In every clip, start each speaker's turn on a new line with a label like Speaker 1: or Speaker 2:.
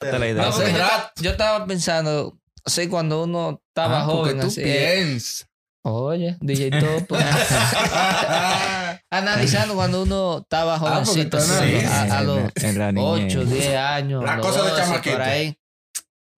Speaker 1: Vader.
Speaker 2: No,
Speaker 3: Hace
Speaker 2: porque yo,
Speaker 3: rato.
Speaker 2: estaba- yo estaba pensando, sé cuando uno estaba
Speaker 3: Ah, porque
Speaker 2: joven
Speaker 3: tú
Speaker 2: así. eh,
Speaker 3: piensas.
Speaker 2: Oye, DJ Topo.
Speaker 3: Ah,
Speaker 2: Analizando cuando uno estaba
Speaker 3: porque tú
Speaker 2: jovencito, así,
Speaker 3: analizas.
Speaker 2: a, a los
Speaker 1: en la niñez.
Speaker 2: 8, 10 años,
Speaker 3: La
Speaker 2: los
Speaker 3: cosa de
Speaker 2: 12,
Speaker 3: chamaquito.
Speaker 2: por ahí,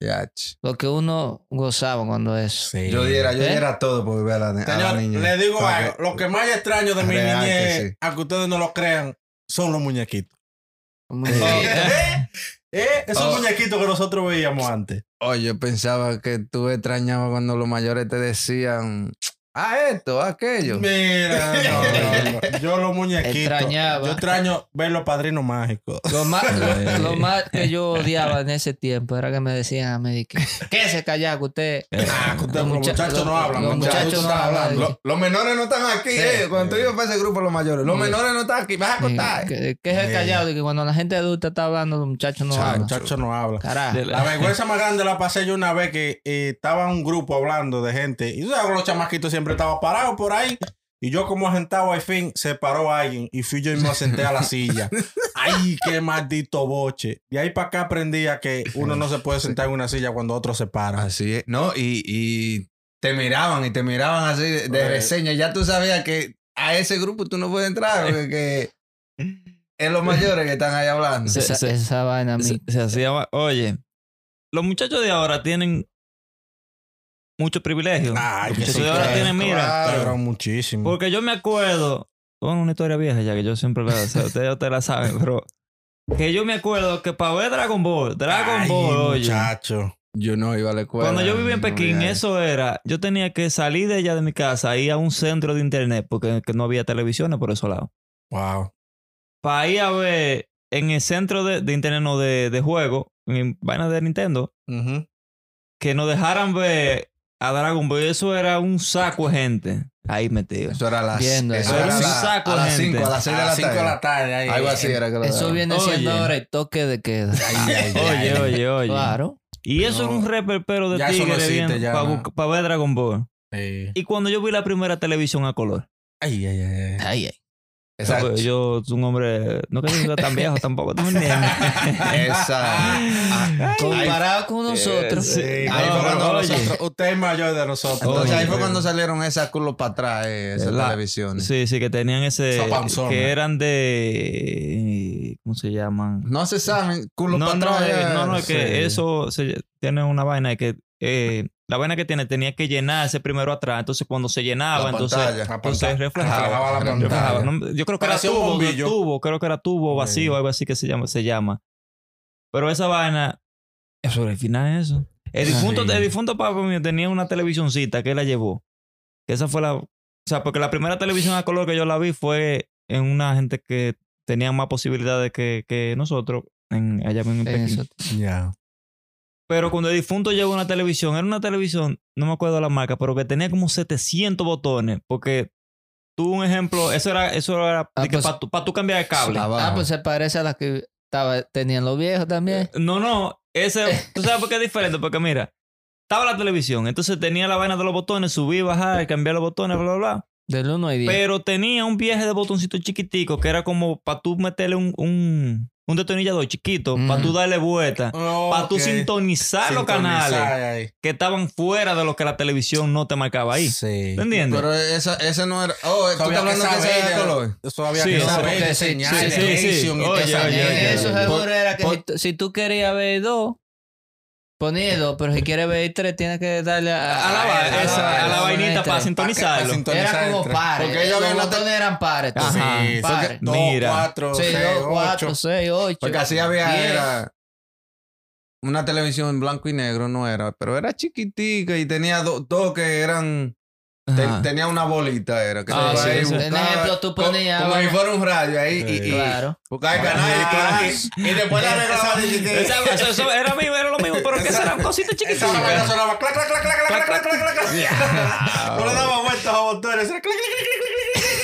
Speaker 4: Ya, ch-
Speaker 2: lo que uno gozaba cuando eso.
Speaker 1: Sí.
Speaker 4: Yo diera, yo
Speaker 2: ¿Eh?
Speaker 4: diera todo por ver a la, ni- a la
Speaker 3: Señor,
Speaker 4: niña.
Speaker 3: le digo
Speaker 4: Ah, Para
Speaker 3: algo.
Speaker 4: que-
Speaker 3: Lo que más extraño de mi
Speaker 4: Real que
Speaker 3: niñez,
Speaker 4: sí.
Speaker 3: aunque ustedes no lo crean, son los muñequitos.
Speaker 2: Muy
Speaker 4: Sí.
Speaker 2: bien.
Speaker 3: ¿Eh? ¿Eh? Esos
Speaker 4: Oh.
Speaker 3: muñequitos que nosotros veíamos antes.
Speaker 4: Oh, yo pensaba que tú extrañabas cuando los mayores te decían, ah, esto, ah, aquello.
Speaker 3: Mira, no, no, no. yo los muñequitos.
Speaker 2: Extrañaba.
Speaker 3: Yo extraño ver los padrinos mágicos.
Speaker 2: Lo más, lo, lo más que yo odiaba en ese tiempo era que me decían a mí de que, "¿Qué se callaba que usted.
Speaker 3: Ah, que ustedes,
Speaker 2: Los
Speaker 3: los
Speaker 2: mucha-
Speaker 3: muchachos no
Speaker 2: los-
Speaker 3: hablan.
Speaker 2: los
Speaker 3: muchachos,
Speaker 2: muchachos
Speaker 3: tú
Speaker 2: no
Speaker 3: estás
Speaker 2: hablan.
Speaker 3: hablando.
Speaker 4: Lo- los menores no están aquí, eh. Cuando tú ibas para ese grupo, los mayores. Los
Speaker 2: Sí.
Speaker 4: menores no están aquí, me vas a contar.
Speaker 2: Que, que
Speaker 1: Eh.
Speaker 2: es el callado, de que cuando la gente adulta está hablando, los muchachos no
Speaker 3: Los
Speaker 2: hablan.
Speaker 3: muchachos no hablan.
Speaker 2: Carajo.
Speaker 1: De la-
Speaker 3: La vergüenza más grande la pasé yo una vez que eh, estaba un grupo hablando de gente. Y tú sabes, los chamaquitos siempre estaban parados por ahí. Y yo, como agentado, al fin se paró alguien y fui yo y me senté a la silla. ¡Ay, qué maldito boche! De ahí para acá aprendí a que uno no se puede sentar en una silla cuando otro se para.
Speaker 4: Así es. No, y, y te miraban y te miraban así de, de
Speaker 3: Eh.
Speaker 4: reseña. Ya tú sabías que a ese grupo tú no puedes entrar porque que es los mayores que están ahí hablando.
Speaker 2: Esa,
Speaker 1: se-
Speaker 2: esa vaina a mí.
Speaker 1: se, se hacía ma- Oye, los muchachos de ahora tienen mucho privilegio.
Speaker 3: Ay,
Speaker 1: los
Speaker 3: que
Speaker 1: muchachos
Speaker 3: sí,
Speaker 1: de ahora
Speaker 3: claro,
Speaker 1: tienen, mira.
Speaker 3: Claro, muchísimo.
Speaker 1: Porque yo me acuerdo, con una historia vieja ya que yo siempre la sé, ustedes, ustedes la saben, pero que yo me acuerdo que para ver Dragon Ball, Dragon
Speaker 3: Ay,
Speaker 1: Ball, oye.
Speaker 3: muchacho.
Speaker 4: Yo no iba a la escuela.
Speaker 1: Cuando yo vivía en
Speaker 4: no
Speaker 1: Pekín,
Speaker 4: había-
Speaker 1: eso era, yo tenía que salir de allá de mi casa, ir a un centro de internet, porque que no había televisiones por esos lados.
Speaker 3: Wow.
Speaker 1: Para ir a ver en el centro de, de internet, no de, de juego, en vaina de Nintendo,
Speaker 3: Ujú.
Speaker 1: que nos dejaran ver a Dragon Ball. Eso era un saco de gente ahí metido.
Speaker 4: Eso era a las
Speaker 2: Viendo,
Speaker 4: eso
Speaker 1: era
Speaker 4: era
Speaker 1: un
Speaker 4: a la-
Speaker 1: saco,
Speaker 4: a las
Speaker 1: gente.
Speaker 4: 5, a las 6
Speaker 3: A
Speaker 4: de
Speaker 3: las
Speaker 4: la
Speaker 3: cinco
Speaker 4: tarde.
Speaker 3: de la tarde. ahí,
Speaker 4: Algo así
Speaker 3: eh,
Speaker 4: era que lo
Speaker 2: Eso
Speaker 4: daban.
Speaker 2: viene siendo
Speaker 1: Oye.
Speaker 2: ahora el toque de queda.
Speaker 3: ay, ay, ay.
Speaker 1: Oye, oye, oye.
Speaker 2: Claro.
Speaker 1: Y
Speaker 3: No.
Speaker 1: eso era un reperpero de
Speaker 3: Ya eso no
Speaker 1: tigres
Speaker 3: existe, ya no.
Speaker 1: para ver Dragon Ball.
Speaker 3: Eh,
Speaker 1: Y cuando yo vi la primera televisión a color, pues,
Speaker 3: Ay, ay, ay. ay.
Speaker 2: Ay, ay.
Speaker 4: Exacto.
Speaker 1: yo soy un hombre, no que yo sea tan viejo tampoco, ¿tú me entiendes?
Speaker 4: Esa. Ah,
Speaker 2: Comparado con nosotros.
Speaker 1: Sí.
Speaker 3: Ahí
Speaker 4: No,
Speaker 3: fue cuando
Speaker 1: oye.
Speaker 3: nosotros- usted es mayor de nosotros.
Speaker 4: Entonces
Speaker 1: Oye.
Speaker 4: ahí fue cuando salieron esas culos para atrás, eh, esas
Speaker 1: La-
Speaker 4: televisiones.
Speaker 1: Sí, sí, que tenían ese.
Speaker 3: Esa panzona.
Speaker 1: Que eran de. ¿Cómo se llaman?
Speaker 4: No se saben, culos
Speaker 1: No,
Speaker 4: para
Speaker 1: no,
Speaker 4: atrás.
Speaker 1: eh,
Speaker 4: eh,
Speaker 1: no, no, es
Speaker 4: sí.
Speaker 1: que eso se- tiene una vaina de que. eh, la vaina que tiene tenía que llenarse primero atrás, entonces cuando se llenaba,
Speaker 4: La
Speaker 1: entonces,
Speaker 4: pantalla, la
Speaker 1: entonces
Speaker 3: pantalla. Reflejaba
Speaker 1: reflejaba.
Speaker 3: la
Speaker 1: reflejaba.
Speaker 3: pantalla.
Speaker 1: No, yo creo que era
Speaker 3: Parecía un
Speaker 1: tubo,
Speaker 3: bombillo.
Speaker 1: tubo, creo que era tubo vacío, algo así que se llama. Se llama. Pero esa vaina, eso era el final, eso. El difunto,
Speaker 3: Sí.
Speaker 1: el difunto papá mío tenía una televisioncita que él la llevó. Que Esa fue la. O sea, porque la primera televisión a color que yo la vi fue en una gente que tenía más posibilidades que, que nosotros en, allá en Pekín.
Speaker 2: Eso.
Speaker 3: Ya.
Speaker 1: Pero cuando el difunto llegó a una televisión, era una televisión, no me acuerdo la marca, pero que tenía como 700 botones. Porque tú, un ejemplo, eso era, eso era
Speaker 2: Ah, pues-
Speaker 1: para tú, pa' tú cambiar el cable.
Speaker 4: Abajo.
Speaker 2: Ah, pues se parece a la que estaba, tenían los viejos también.
Speaker 1: No, no, ese, tú sabes por qué es diferente, porque mira, estaba la televisión, entonces tenía la vaina de los botones, subir, bajar, cambiar los botones, bla, bla, bla.
Speaker 2: Del 1 y 10.
Speaker 1: Pero tenía un viaje de botoncito chiquitico que era como para tú meterle un, un, un detonillador chiquito, para
Speaker 2: Mm.
Speaker 1: tú darle vuelta, para tú sintonizar los canales que estaban fuera de lo que la televisión no te marcaba ahí.
Speaker 3: Sí.
Speaker 1: ¿Te entiendes?
Speaker 4: Pero esa, esa no era. Oh, tú
Speaker 3: Todavía
Speaker 4: estás hablando que esa era de color.
Speaker 3: Eso había
Speaker 1: Sí,
Speaker 3: que
Speaker 1: no,
Speaker 3: saber
Speaker 2: porque sí,
Speaker 3: diseñar
Speaker 1: sí, sí, sí.
Speaker 3: edición y
Speaker 1: Oye,
Speaker 3: toda esa
Speaker 1: oye,
Speaker 3: mierda.
Speaker 2: en
Speaker 1: oye,
Speaker 2: eso
Speaker 1: oye.
Speaker 2: seguro era que si tú- si, tú querías ver dos, ponías dos, pero si quieres ver tres, tienes que darle a,
Speaker 1: A la, va-
Speaker 3: a la-
Speaker 1: esa- a la
Speaker 3: a la
Speaker 1: vainita para
Speaker 2: sintonizar.
Speaker 1: sintonizarlo.
Speaker 3: Para que-
Speaker 2: Era
Speaker 3: sintonizar
Speaker 2: como
Speaker 3: entre-
Speaker 2: pares.
Speaker 4: porque ellos
Speaker 2: los
Speaker 4: habían-
Speaker 2: botones eran pares. tú.
Speaker 1: Ajá.
Speaker 3: Sí,
Speaker 2: Pare.
Speaker 3: porque dos,
Speaker 1: Mira.
Speaker 3: cuatro,
Speaker 2: Sí,
Speaker 3: seis,
Speaker 2: dos,
Speaker 3: ocho.
Speaker 2: cuatro, seis, ocho.
Speaker 4: Porque así había.
Speaker 2: diez.
Speaker 4: Era una televisión en blanco y negro, no era. Pero era chiquitica y tenía do- dos que eran. te-
Speaker 1: Ajá.
Speaker 4: tenía una bolita, era. Que
Speaker 1: Ah,
Speaker 4: tú
Speaker 1: sí,
Speaker 4: ahí
Speaker 1: sí.
Speaker 2: En
Speaker 4: buscabas,
Speaker 2: ejemplo, tú
Speaker 4: co-
Speaker 2: ponías-
Speaker 4: Como, si fuera un radio ahí. y- Y,
Speaker 2: Claro.
Speaker 4: buscaba el canal y por aquí. Y después la arreglaba. y- y-
Speaker 1: Esa- eso, eso era, mi- era lo mismo, pero que eran cositas
Speaker 3: Esa vaina
Speaker 1: chiquititas.
Speaker 3: sonaba clac, clac, clac, clac, clac, clac, clac, clac, clac. Uno daba vueltas a botones. clac, clac, clac, clac, clac, clac.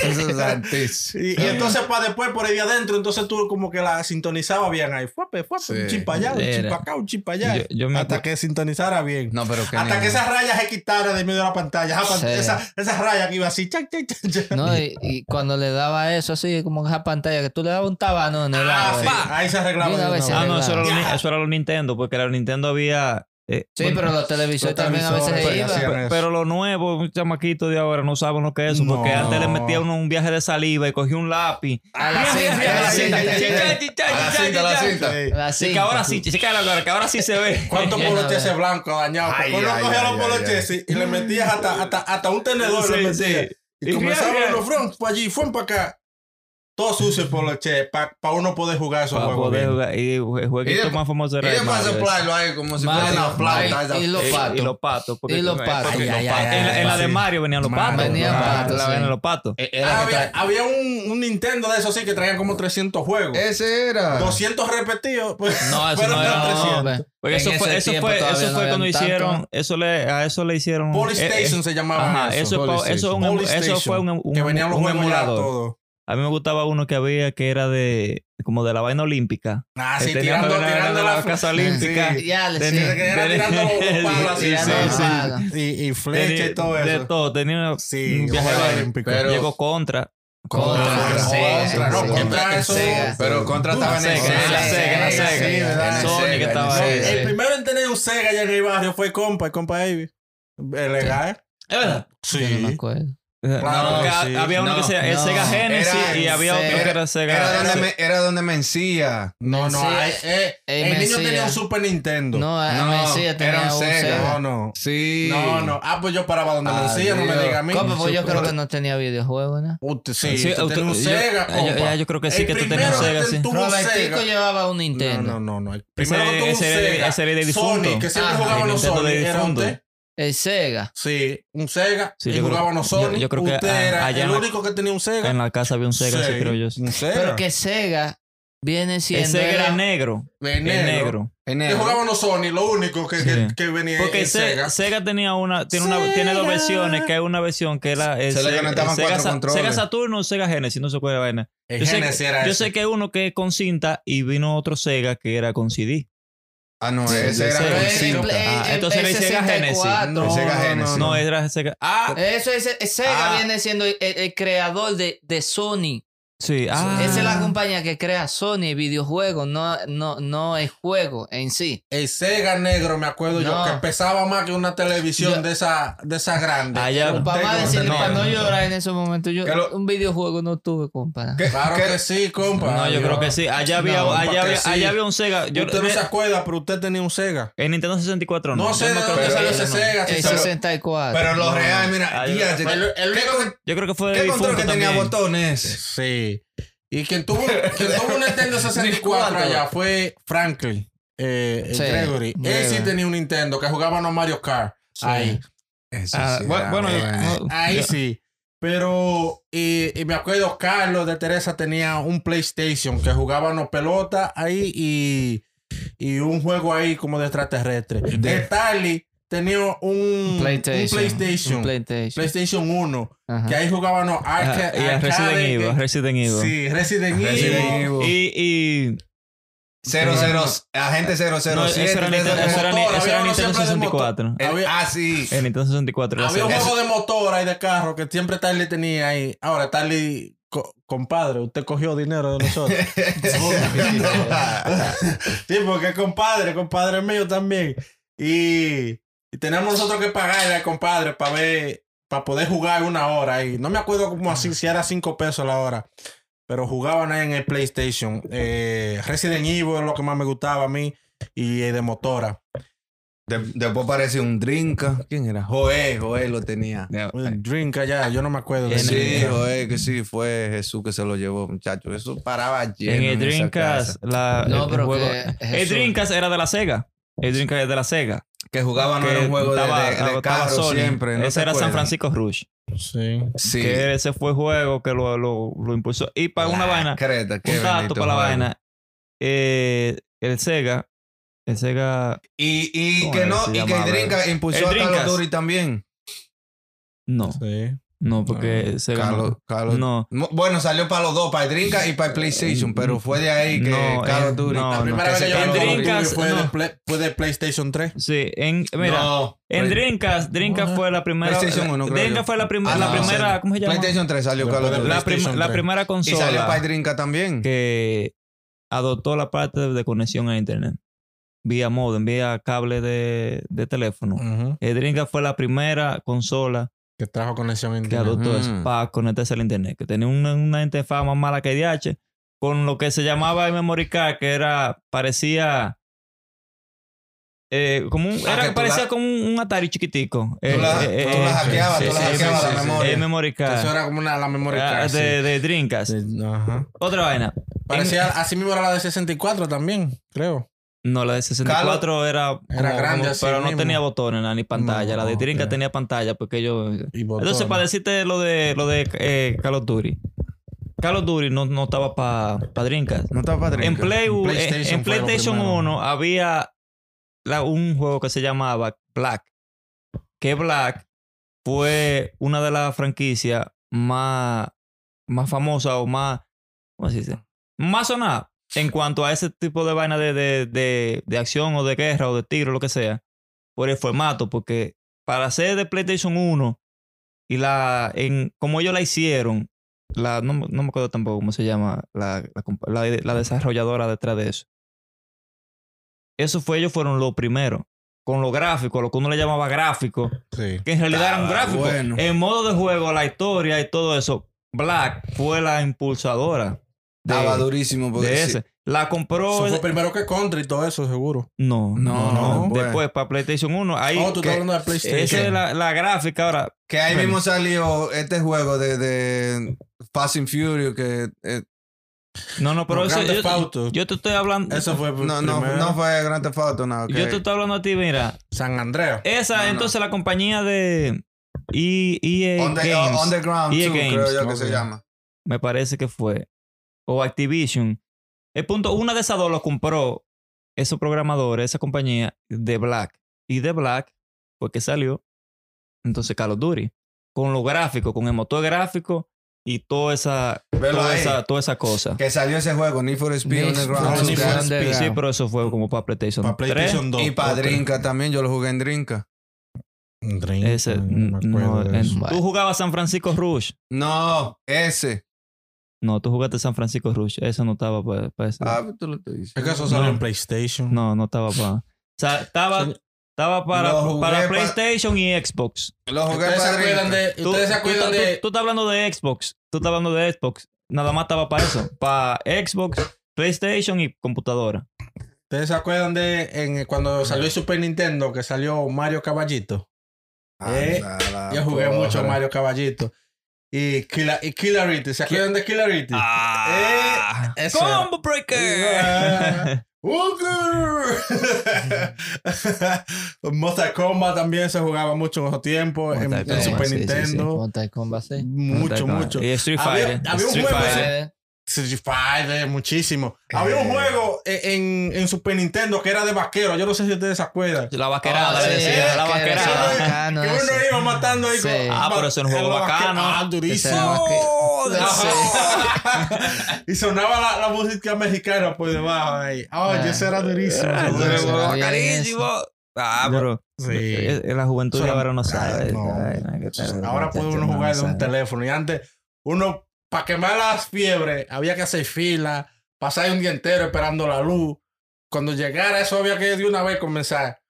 Speaker 4: Esos artistas.
Speaker 3: Y, y entonces para después por ahí adentro, entonces tú como que la sintonizaba bien ahí. Fuepe, fuepe,
Speaker 4: Sí.
Speaker 3: un chip para allá, un
Speaker 2: Era.
Speaker 3: chip para acá, un chip para allá.
Speaker 1: Yo- yo me
Speaker 3: hasta
Speaker 1: acu-
Speaker 3: que sintonizara bien.
Speaker 4: No, pero que
Speaker 3: hasta
Speaker 4: ni-
Speaker 3: que esas rayas se quitaran de medio de la pantalla. Esa, pan-
Speaker 2: Sí.
Speaker 3: esa- esas rayas que iba así. chac, chac, chac, chac.
Speaker 2: No, y, y cuando le daba eso así, como esa pantalla, que tú le dabas un tabano en el eh.
Speaker 3: Ah,
Speaker 2: agua.
Speaker 3: sí, ahí se arreglaba.
Speaker 2: Mira,
Speaker 3: de
Speaker 2: a
Speaker 3: una
Speaker 2: veces-
Speaker 3: vez.
Speaker 1: Ah, no, eso era, lo, ni-
Speaker 3: Ya.
Speaker 1: eso era lo Nintendo, porque la Nintendo había. eh,
Speaker 2: Sí,
Speaker 1: bueno,
Speaker 2: pero los televisores
Speaker 3: Los
Speaker 2: también a veces
Speaker 3: televisores,
Speaker 2: se
Speaker 3: sí,
Speaker 2: iban.
Speaker 3: hacían
Speaker 1: pe-
Speaker 3: eso.
Speaker 1: Pero lo nuevo, un chamaquito de ahora no saben lo que es eso, porque
Speaker 3: No.
Speaker 1: antes le metía uno un viaje de saliva y cogía un lápiz.
Speaker 2: A la
Speaker 1: Bien,
Speaker 2: cinta,
Speaker 1: bien,
Speaker 2: a la
Speaker 1: bien,
Speaker 2: cinta.
Speaker 1: bien, bien, bien, bien,
Speaker 4: A la
Speaker 1: bien,
Speaker 4: cinta, a la
Speaker 1: bien, bien.
Speaker 4: cinta.
Speaker 3: Sí.
Speaker 2: La
Speaker 1: Sí, que
Speaker 2: cinta.
Speaker 1: ahora sí, chica, que ahora sí se ve.
Speaker 3: ¿Cuántos
Speaker 2: Llena
Speaker 3: poloches
Speaker 2: de-
Speaker 3: ese blanco dañado?
Speaker 4: Ay,
Speaker 3: Porque uno
Speaker 4: ay,
Speaker 3: cogía
Speaker 4: ay,
Speaker 3: pues, los
Speaker 4: ay,
Speaker 3: poloches y le metías hasta, hasta, hasta un tenedor. le
Speaker 1: Sí,
Speaker 3: metías.
Speaker 1: sí.
Speaker 3: Y,
Speaker 1: Y
Speaker 3: comenzaba
Speaker 1: ría, ría.
Speaker 3: uno, fueron para allí, fueron para acá. Todo sucio por los che, para uno poder jugar esos
Speaker 1: Para
Speaker 3: juegos.
Speaker 1: poder
Speaker 3: bien.
Speaker 1: jugar. Y el
Speaker 4: Y
Speaker 1: jueguito
Speaker 4: de-
Speaker 1: más famoso
Speaker 4: Y
Speaker 1: era el
Speaker 4: después
Speaker 1: Mario, ese.
Speaker 4: soplarlo ahí como si fuera
Speaker 2: Mario,
Speaker 4: una flauta.
Speaker 2: Mario,
Speaker 4: esa-
Speaker 2: y los
Speaker 1: Y-
Speaker 2: patos.
Speaker 1: Y los patos. porque-
Speaker 2: Y los
Speaker 1: eh,
Speaker 2: patos.
Speaker 1: porque
Speaker 2: Ay,
Speaker 1: los
Speaker 2: ay,
Speaker 1: patos-
Speaker 2: ay,
Speaker 1: En la- en la de
Speaker 3: ay.
Speaker 1: Mario venían los
Speaker 3: Mario.
Speaker 1: patos.
Speaker 2: Venían
Speaker 1: La-
Speaker 2: patos,
Speaker 1: La
Speaker 2: sí.
Speaker 1: venían los patos.
Speaker 2: Eh,
Speaker 3: Ah,
Speaker 2: era que
Speaker 3: Había,
Speaker 2: tra-
Speaker 3: había un, un Nintendo de esos sí que traían como 300 juegos.
Speaker 1: Eh,
Speaker 4: Ese
Speaker 1: ah.
Speaker 4: era.
Speaker 3: 200 repetidos. pues,
Speaker 2: No, eso
Speaker 3: fueron
Speaker 2: no era.
Speaker 3: de
Speaker 2: no,
Speaker 3: 300.
Speaker 2: hombre.
Speaker 1: Porque
Speaker 2: En
Speaker 1: eso
Speaker 2: ese
Speaker 1: fue, eso
Speaker 2: tiempo
Speaker 1: fue,
Speaker 2: todavía
Speaker 1: eso
Speaker 2: no
Speaker 1: fue
Speaker 2: habían
Speaker 1: cuando
Speaker 2: tanto.
Speaker 1: hicieron, eso le, a eso le hicieron.
Speaker 3: Polystation
Speaker 1: eh, eh,
Speaker 3: se llamaba
Speaker 1: Ajá,
Speaker 3: eso.
Speaker 1: eso, es pa-
Speaker 4: Polystation.
Speaker 1: eso, es un- eso
Speaker 3: Polystation,
Speaker 1: fue un, un,
Speaker 3: que venían los
Speaker 1: un
Speaker 3: juegos ya
Speaker 1: emulador.
Speaker 3: todo.
Speaker 1: A mí me gustaba uno que había que era de como de la vaina olímpica.
Speaker 3: Ah,
Speaker 1: Que
Speaker 3: sí,
Speaker 1: tenía
Speaker 3: tirando,
Speaker 1: la- la-
Speaker 3: tirando
Speaker 1: la
Speaker 3: la,
Speaker 1: casa olímpica.
Speaker 3: Sí.
Speaker 2: Ya, le-
Speaker 1: Tenía
Speaker 2: sí.
Speaker 3: Desde que era tirando los palos así,
Speaker 1: Sí,
Speaker 2: Ya
Speaker 3: sí,
Speaker 2: no,
Speaker 3: sí.
Speaker 2: paga.
Speaker 3: Y, y flecha y
Speaker 1: Tenía-
Speaker 3: todo
Speaker 1: De
Speaker 3: eso.
Speaker 1: todo, tenía una-
Speaker 3: Sí,
Speaker 1: un viaje
Speaker 3: juego
Speaker 1: de-
Speaker 3: olímpico.
Speaker 4: Pero-
Speaker 1: Llegó contra.
Speaker 2: Contra,
Speaker 3: Contra,
Speaker 2: Sega,
Speaker 3: contra, no,
Speaker 2: Sega,
Speaker 3: contra eso.
Speaker 2: Sega.
Speaker 4: Pero contra
Speaker 3: Tú,
Speaker 4: estaba en el
Speaker 1: Sega, en la Sega, en la
Speaker 4: Sega.
Speaker 1: Sega.
Speaker 4: Sí, ¿verdad?
Speaker 1: Sony que
Speaker 4: En el
Speaker 1: estaba
Speaker 4: Sega.
Speaker 1: ahí,
Speaker 3: El
Speaker 1: sí.
Speaker 3: primero en tener un Sega allá en el barrio fue compa, el compa Avi. Legal.
Speaker 1: Es verdad.
Speaker 2: Yo no me acuerdo.
Speaker 4: No,
Speaker 1: Porque ha-
Speaker 3: sí.
Speaker 1: había uno
Speaker 4: No,
Speaker 1: que se el
Speaker 2: no.
Speaker 1: Sega Genesis
Speaker 4: Era
Speaker 1: y había otro que era Sega.
Speaker 4: Era donde me- Era donde me encía.
Speaker 3: No, no,
Speaker 2: Sí.
Speaker 3: ahí- eh,
Speaker 2: Ey,
Speaker 3: el niño
Speaker 2: Mesías.
Speaker 3: tenía un Super Nintendo.
Speaker 2: No, a- a
Speaker 4: No,
Speaker 2: Mesías Ah, tenía
Speaker 4: era un
Speaker 2: un
Speaker 4: Sega.
Speaker 2: Sega.
Speaker 3: no, no.
Speaker 4: Sí.
Speaker 3: No, no. Ah, pues yo paraba donde me
Speaker 4: Adiós.
Speaker 3: decía, no me diga a mí.
Speaker 2: ¿Cómo? Pues yo creo que no tenía videojuegos, ¿no?
Speaker 3: Usted, sí,
Speaker 1: Sí,
Speaker 3: usted
Speaker 1: usted-
Speaker 3: tenía un
Speaker 1: yo-
Speaker 3: Sega,
Speaker 1: yo-
Speaker 3: compa.
Speaker 1: ya, yo creo que sí,
Speaker 3: El
Speaker 1: que tú tenías
Speaker 3: primero
Speaker 1: un Sega,
Speaker 3: que
Speaker 1: sí.
Speaker 3: tuvo un
Speaker 2: Robertico
Speaker 3: Sega.
Speaker 2: llevaba un
Speaker 3: No, no,
Speaker 2: Nintendo.
Speaker 3: no, no. El primero
Speaker 1: Ese-
Speaker 3: que tuvo un
Speaker 1: ese era de-
Speaker 3: Sega.
Speaker 1: ese era de
Speaker 3: Sony,
Speaker 1: difunto.
Speaker 3: que siempre
Speaker 2: Ajá,
Speaker 3: jugaban
Speaker 1: el
Speaker 3: los
Speaker 1: Nintendo
Speaker 3: Sony.
Speaker 1: de
Speaker 3: Era
Speaker 1: difunto.
Speaker 3: usted.
Speaker 2: El Sega.
Speaker 3: Sí, un Sega.
Speaker 1: Sí,
Speaker 3: y
Speaker 1: yo creo-
Speaker 3: jugaban los Sony.
Speaker 1: yo- yo creo que
Speaker 3: usted
Speaker 1: a-
Speaker 3: era
Speaker 1: allá
Speaker 3: el
Speaker 1: en la-
Speaker 3: único que tenía un Sega.
Speaker 1: En la casa había un Sega, sí,
Speaker 3: Sí,
Speaker 1: creo yo.
Speaker 3: Un Sega.
Speaker 2: Pero que Sega viene
Speaker 1: El
Speaker 2: siendo.
Speaker 1: Sega era
Speaker 2: era-
Speaker 1: negro.
Speaker 3: De
Speaker 1: El
Speaker 3: negro.
Speaker 1: negro.
Speaker 4: En
Speaker 3: Que
Speaker 4: el-
Speaker 3: jugaban los Sony, lo único que, que,
Speaker 1: Sí.
Speaker 3: que venía
Speaker 1: Porque
Speaker 3: el
Speaker 1: Se- Sega,
Speaker 3: Sega.
Speaker 1: tenía una, tiene una,
Speaker 3: Sega.
Speaker 1: tiene dos versiones, que hay una versión que era eh,
Speaker 4: Se le
Speaker 1: Sega-
Speaker 4: conectaban
Speaker 1: Sega,
Speaker 4: cuatro
Speaker 1: Sa-
Speaker 4: controles.
Speaker 1: Sega Saturno o Sega Genesis, no se acuerda la vaina.
Speaker 3: El
Speaker 1: Yo sé,
Speaker 3: Genesis
Speaker 1: que-
Speaker 3: era
Speaker 1: yo
Speaker 3: ese.
Speaker 1: sé que uno que es con cinta y vino otro Sega que era con CD.
Speaker 4: Ah, no,
Speaker 1: Sí,
Speaker 4: ese era
Speaker 1: Sega.
Speaker 4: con
Speaker 1: Sí.
Speaker 2: el
Speaker 4: cinta.
Speaker 2: Play-
Speaker 1: Ah,
Speaker 2: Eh, el
Speaker 1: entonces era el Sega Genesis.
Speaker 2: 64.
Speaker 4: El Sega Genesis.
Speaker 1: No, era Sega.
Speaker 3: Ah,
Speaker 2: Eso es, es- Sega
Speaker 3: Ah.
Speaker 2: viene siendo el, el- el creador de, de Sony.
Speaker 1: Sí, ah.
Speaker 2: Esa es la compañía que crea Sony videojuegos, no, no, no el juego en sí.
Speaker 3: el Sega negro, me acuerdo
Speaker 2: No.
Speaker 3: yo, que pesaba más que una televisión
Speaker 2: Yo-
Speaker 3: de esa, de esa grande.
Speaker 1: Allá-
Speaker 3: Yo
Speaker 2: Para
Speaker 3: tengo
Speaker 2: más decir,
Speaker 3: entendido.
Speaker 2: para no llorar en esos momentos, yo
Speaker 4: Que lo-
Speaker 2: un videojuego no tuve, compa.
Speaker 4: ¿Qué-
Speaker 3: Claro
Speaker 4: qué-
Speaker 3: que sí, compa.
Speaker 1: No, yo creo que sí. Allá había,
Speaker 2: No,
Speaker 1: allá,
Speaker 3: porque
Speaker 1: había,
Speaker 3: sí.
Speaker 1: allá había un Sega. Yo,
Speaker 3: usted no se acuerda, pero usted tenía un Sega.
Speaker 1: En Nintendo 64 no.
Speaker 3: No sé de
Speaker 1: Yo creo
Speaker 3: dónde
Speaker 1: que-
Speaker 3: salió
Speaker 4: sí,
Speaker 3: ese
Speaker 4: no.
Speaker 3: Sega.
Speaker 2: El
Speaker 3: si se-
Speaker 2: 64.
Speaker 4: Pero los reales, mira,
Speaker 1: Ahí-
Speaker 4: ya,
Speaker 3: Fue el- el
Speaker 4: ¿qué
Speaker 3: único
Speaker 4: con-
Speaker 1: Yo creo que fue de
Speaker 4: ¿Qué
Speaker 1: difunto
Speaker 4: control que tenía
Speaker 1: también.
Speaker 4: botones?
Speaker 3: Sí. Y quien tuvo, quien tuvo un Nintendo 64 allá fue Franklin eh, eh,
Speaker 2: Sí,
Speaker 3: Gregory. Él sí
Speaker 2: Gregory.
Speaker 3: tenía un Nintendo que jugaba no Mario Kart.
Speaker 2: Sí.
Speaker 3: Ahí,
Speaker 4: Eso
Speaker 1: Ah,
Speaker 4: sí
Speaker 1: bu-
Speaker 4: era
Speaker 1: bueno,
Speaker 4: bueno.
Speaker 1: no,
Speaker 3: ahí
Speaker 1: yo-
Speaker 3: sí. Pero, y, y me acuerdo, Carlos de Teresa tenía un PlayStation que jugaba no pelota ahí y, y un juego ahí como de extraterrestre.
Speaker 4: De-
Speaker 3: Stanley tenía un un
Speaker 2: PlayStation.
Speaker 3: PlayStation.
Speaker 2: Un PlayStation.
Speaker 3: PlayStation 1,
Speaker 2: Ajá.
Speaker 3: que ahí jugaban no
Speaker 1: Ah. Ajá,
Speaker 3: arca-
Speaker 1: y a Resident
Speaker 3: arcade,
Speaker 1: Evil.
Speaker 3: que-
Speaker 1: Resident Evil.
Speaker 3: Sí, Resident Evil.
Speaker 4: Resident Evil.
Speaker 1: Y, y
Speaker 4: Cero, cero, agente 007.
Speaker 1: no, eso era Nintendo, eso
Speaker 3: motor,
Speaker 1: era, eso era
Speaker 3: había uno
Speaker 1: Nintendo
Speaker 3: siempre de
Speaker 1: 64.
Speaker 4: El-
Speaker 3: Había-
Speaker 4: ah, sí.
Speaker 1: En Nintendo 64 era
Speaker 3: Había un
Speaker 1: Sega.
Speaker 3: juego de motora y de carro que siempre Tarly tenía ahí. Ahora, Tarly, co- compadre, usted cogió dinero de nosotros. sí, porque es compadre, compadre mío también. Y, y tenemos nosotros que pagarle al compadre para ver, para poder jugar una hora ahí. No me acuerdo cómo así, si era cinco pesos la hora. Pero jugaban ahí en el PlayStation. Eh, Resident Evil es lo que más me gustaba a mí. Y eh, de motora.
Speaker 4: De- después apareció un Drinka. ¿Quién era? Joel, Joel lo tenía.
Speaker 3: Un Drink allá, yo no me acuerdo de
Speaker 4: Sí,
Speaker 3: eso.
Speaker 4: Joel, que sí, fue Jesús que se lo llevó, muchacho. Eso paraba lleno.
Speaker 1: En el
Speaker 4: esa
Speaker 1: Dreamcast,
Speaker 4: casa.
Speaker 1: la,
Speaker 2: No,
Speaker 1: el
Speaker 2: pero
Speaker 1: juego-
Speaker 2: que
Speaker 1: el
Speaker 2: Jesús.
Speaker 1: Dreamcast era de la Sega. El Dreamcast era de la Sega.
Speaker 4: Que jugaba no era un juego de,
Speaker 1: estaba-
Speaker 4: de- de
Speaker 1: estaba
Speaker 4: carro
Speaker 1: Sony.
Speaker 4: siempre. ¿no
Speaker 1: Ese
Speaker 4: te
Speaker 1: era San
Speaker 4: acuerdas?
Speaker 1: Francisco Rush.
Speaker 3: Sí.
Speaker 4: Sí.
Speaker 1: Que ese fue el juego que lo, lo, lo impulsó. Y para una
Speaker 4: La
Speaker 1: vaina,
Speaker 4: creta, qué
Speaker 1: un dato
Speaker 4: bendito
Speaker 1: para la
Speaker 4: juego.
Speaker 1: vaina. eh, el Sega, el Sega,
Speaker 4: Y, y
Speaker 1: ¿Cómo
Speaker 4: que
Speaker 1: era
Speaker 4: no,
Speaker 1: que se
Speaker 4: y que el
Speaker 1: llamaba?
Speaker 4: Drinka impulsó
Speaker 1: El
Speaker 4: a Call of
Speaker 1: Dreamcast.
Speaker 4: Duty también.
Speaker 1: no.
Speaker 3: Sí.
Speaker 1: No, porque se
Speaker 4: Carlos,
Speaker 1: ganó.
Speaker 4: Carlos-
Speaker 1: No.
Speaker 4: Mo- Bueno, salió para los dos, para el Drinka y para el PlayStation, pero fue de ahí que
Speaker 1: Mm, No,
Speaker 4: Call
Speaker 1: eh,
Speaker 4: of Duty.
Speaker 1: no,
Speaker 3: La
Speaker 1: no.
Speaker 3: primera
Speaker 4: que
Speaker 3: vez
Speaker 4: se
Speaker 3: que yo
Speaker 1: en
Speaker 3: vi Call of Duty
Speaker 1: Dreamcast,
Speaker 3: fue, de
Speaker 1: no.
Speaker 3: Play- fue de PlayStation 3.
Speaker 1: Sí, en, mira,
Speaker 4: No, pues,
Speaker 1: en
Speaker 4: Play-
Speaker 1: Dreamcast, Dreamcast
Speaker 3: Ajá.
Speaker 1: fue la primera.
Speaker 4: PlayStation uno, creo
Speaker 1: Dreamcast
Speaker 4: yo.
Speaker 1: fue la, prim-
Speaker 4: Ah,
Speaker 1: la
Speaker 4: no,
Speaker 1: primera,
Speaker 4: salió-
Speaker 1: ¿cómo se llama?
Speaker 4: PlayStation 3 salió Call of
Speaker 3: Después
Speaker 4: Duty.
Speaker 3: de
Speaker 1: La, prim-
Speaker 3: PlayStation
Speaker 1: la
Speaker 3: 3.
Speaker 1: primera
Speaker 4: Y salió para el
Speaker 1: consola
Speaker 4: Drinka también.
Speaker 1: que adoptó la parte de conexión a internet vía modem, vía cable de, de teléfono.
Speaker 3: Ujú.
Speaker 1: El Dreamcast fue la primera consola
Speaker 3: Que trajo conexión en
Speaker 1: que adoptó
Speaker 4: Ujú.
Speaker 1: eso para conectarse al internet, que tenía una, una interfaz más mala que DH, con lo que se llamaba el memory card, que era, parecía... eh, como un-
Speaker 4: Ah,
Speaker 1: era,
Speaker 4: que tú
Speaker 1: parecía
Speaker 4: la-
Speaker 1: como un, un Atari chiquitico.
Speaker 4: Tú la,
Speaker 1: Eh, eh,
Speaker 4: tú la
Speaker 1: eh,
Speaker 4: hackeabas,
Speaker 3: sí,
Speaker 4: tú la
Speaker 3: sí,
Speaker 4: hackeabas
Speaker 3: sí,
Speaker 4: la
Speaker 3: sí,
Speaker 1: eh,
Speaker 4: memoria.
Speaker 1: memory card.
Speaker 3: Eso era como una, la memoria
Speaker 1: Ah,
Speaker 3: card, sí.
Speaker 1: de, de Dreamcast.
Speaker 3: Sí, Ajá.
Speaker 1: Otra vaina.
Speaker 3: Parecía, así mismo era la de 64 también, creo.
Speaker 1: No, la de 64 era,
Speaker 3: Era grande así
Speaker 1: pero no
Speaker 3: mismo.
Speaker 1: tenía botones nada, ni pantalla. la de
Speaker 3: No,
Speaker 1: Dreamcast
Speaker 3: ok.
Speaker 1: tenía pantalla porque yo
Speaker 3: Y botón.
Speaker 1: Entonces, para decirte lo de lo de eh, Call of Duty. Call of Duty no, no estaba para pa Dreamcast.
Speaker 4: No estaba para
Speaker 1: En,
Speaker 4: Drinka.
Speaker 1: Play, en
Speaker 3: PlayStation
Speaker 1: PlayStation,
Speaker 3: fue lo primero.
Speaker 1: 1 había la- un juego que se llamaba Black. Que Black fue una de las franquicias más, más famosas o más. ¿Cómo se dice? Más sonada en cuanto a ese tipo de vaina de, de, de, de acción o de guerra o de tiro, lo que sea. Por el formato, porque para ser de PlayStation 1 y la. En, como ellos la hicieron, la, no, me- no me acuerdo tampoco cómo se llama la, la compa- la- la desarrolladora detrás de eso. Eso fue, ellos fueron los primeros. Con los gráficos, lo que uno le llamaba gráfico,
Speaker 3: Sí.
Speaker 1: que en realidad
Speaker 3: Ah,
Speaker 1: eran
Speaker 4: Estaba
Speaker 1: gráficos.
Speaker 4: bueno.
Speaker 1: En modo de juego, la historia y todo eso, Black fue la impulsadora de,
Speaker 4: Estaba durísimo.
Speaker 1: de
Speaker 4: porque sí.
Speaker 1: ese. La compró.
Speaker 3: Eso fue primero que Contra y todo eso, seguro.
Speaker 1: No, no,
Speaker 4: No,
Speaker 1: no.
Speaker 4: bueno.
Speaker 1: Después, para PlayStation 1, ahí.
Speaker 3: Oh, tú
Speaker 4: que-
Speaker 3: estás hablando de PlayStation.
Speaker 1: esa es la, la gráfica ahora.
Speaker 4: Que ahí
Speaker 1: Bueno.
Speaker 4: mismo salió este juego de, de Fast and Furious que eh,
Speaker 1: No, no, pero
Speaker 3: No,
Speaker 1: eso.
Speaker 3: Grand
Speaker 1: Yo,
Speaker 3: Theft Auto.
Speaker 1: yo te estoy hablando.
Speaker 3: Eso fue
Speaker 4: no, no,
Speaker 3: primero.
Speaker 4: no fue Grand Theft Auto, no.
Speaker 1: Yo te estoy hablando a ti, mira.
Speaker 3: San Andreas.
Speaker 1: Esa,
Speaker 4: No, no.
Speaker 1: entonces, la compañía de E- EA
Speaker 4: On the-
Speaker 1: Games,
Speaker 4: Underground
Speaker 1: EA
Speaker 4: 2 creo
Speaker 1: Games.
Speaker 4: yo que
Speaker 3: E Ok.
Speaker 4: se llama.
Speaker 1: me parece que fue, o Activision. El punto, una de esas dos lo compró esos programadores, esa compañía de Black. Y de Black fue que salió entonces Call of Duty. Con los gráficos, con el motor gráfico y toda esa,
Speaker 4: Velo
Speaker 1: toda
Speaker 4: ahí.
Speaker 1: esa, toda esa cosa.
Speaker 4: Que salió ese juego, Need for Speed
Speaker 2: Need for
Speaker 4: Underground 2.
Speaker 3: Speed.
Speaker 4: que-
Speaker 2: Underground.
Speaker 1: Sí, pero eso fue como para PlayStation,
Speaker 3: Para
Speaker 1: 3.
Speaker 3: PlayStation 2.
Speaker 4: Y para Drinka también, yo lo jugué en Drinka.
Speaker 3: Drink,
Speaker 1: Ese,
Speaker 3: no me
Speaker 1: no, eh.
Speaker 3: acuerdo de eso.
Speaker 1: en- tú jugabas San Francisco Rush.
Speaker 4: No, ese.
Speaker 1: No, tú jugaste San Francisco Rush. Eso no estaba para eso.
Speaker 4: Ah, tú lo estoy diciendo.
Speaker 3: Es que eso salió
Speaker 1: No.
Speaker 3: en PlayStation.
Speaker 1: No, no estaba para. O sea, estaba,
Speaker 3: Señor-
Speaker 1: estaba para,
Speaker 4: Lo jugué
Speaker 1: para
Speaker 4: pa-
Speaker 1: PlayStation y Xbox.
Speaker 4: Lo jugué
Speaker 3: ¿Ustedes se
Speaker 4: para
Speaker 3: acuerdan
Speaker 4: Drinka.
Speaker 3: de,
Speaker 1: Tú,
Speaker 3: ustedes se
Speaker 1: tú-
Speaker 3: acuerdan
Speaker 1: tú-
Speaker 3: de
Speaker 1: tú estás hablando de Xbox. Tú estás hablando de Xbox. Nada más estaba para eso. Para Xbox, PlayStation y computadora.
Speaker 3: ustedes se acuerdan de en, eh, cuando salió el Super Nintendo que salió Mario Caballito?
Speaker 4: Ah,
Speaker 3: Eh,
Speaker 4: Anda, la
Speaker 1: Ah,
Speaker 3: Yo jugué
Speaker 4: porra.
Speaker 3: mucho Mario Caballito. Y Killa- y Killer Kitty, ¿se acuerdan de Killer Kitty?
Speaker 1: Ah,
Speaker 3: eso era.
Speaker 1: ¡Combo Breaker!
Speaker 3: Ah. Walker. Mortal Kombat también se jugaba mucho en esos tiempos. En,
Speaker 1: Mortal
Speaker 3: en
Speaker 1: Kombat,
Speaker 3: Super
Speaker 1: sí, Eh. sí,
Speaker 3: Nintendo.
Speaker 2: Mortal Kombat 6.
Speaker 3: Mucho, mucho.
Speaker 1: Y Street
Speaker 3: Había-
Speaker 1: Fighter.
Speaker 3: había un
Speaker 1: Street
Speaker 3: juego-
Speaker 1: Fighter.
Speaker 2: pues,
Speaker 3: Street Fighter, muchísimo. Había
Speaker 1: Eh.
Speaker 3: un juego eh, en, en- en Super Nintendo que era de vaquero. Yo no sé si ustedes se acuerdan.
Speaker 1: La vaquerada,
Speaker 2: Ah,
Speaker 1: le
Speaker 2: sí,
Speaker 1: decía. La
Speaker 2: que
Speaker 1: vaquerada.
Speaker 2: era
Speaker 3: Eso de-
Speaker 2: bacano
Speaker 3: que uno
Speaker 2: ese.
Speaker 3: iba matando ahí
Speaker 2: Sí.
Speaker 1: Ah, pero eso era un
Speaker 3: en
Speaker 1: juego
Speaker 3: la vaquera.
Speaker 1: bacano.
Speaker 3: Ah,
Speaker 2: Ese era
Speaker 3: durísimo.
Speaker 2: vaque-
Speaker 1: de-
Speaker 3: Ajá. y sonaba la, la música mexicana por debajo ahí. Ay,
Speaker 2: Ah.
Speaker 3: ese era durísimo.
Speaker 1: Ah, eso era un juego
Speaker 2: Había en
Speaker 1: bacanísimo. Ah,
Speaker 3: Ya.
Speaker 1: pero.
Speaker 3: Sí.
Speaker 1: Eh, eh, La juventud
Speaker 3: Eso
Speaker 1: de
Speaker 3: era-
Speaker 1: ahora no sabe.
Speaker 3: Ay, no.
Speaker 1: Ay, no, qué tal,
Speaker 3: Ahora puede uno
Speaker 1: no
Speaker 3: jugar de un
Speaker 1: sabe.
Speaker 3: teléfono. Y antes, uno, para quemar las fiebres, había que hacer fila, pasar un día entero esperando la luz. Cuando llegara eso, había que de una vez comenzar.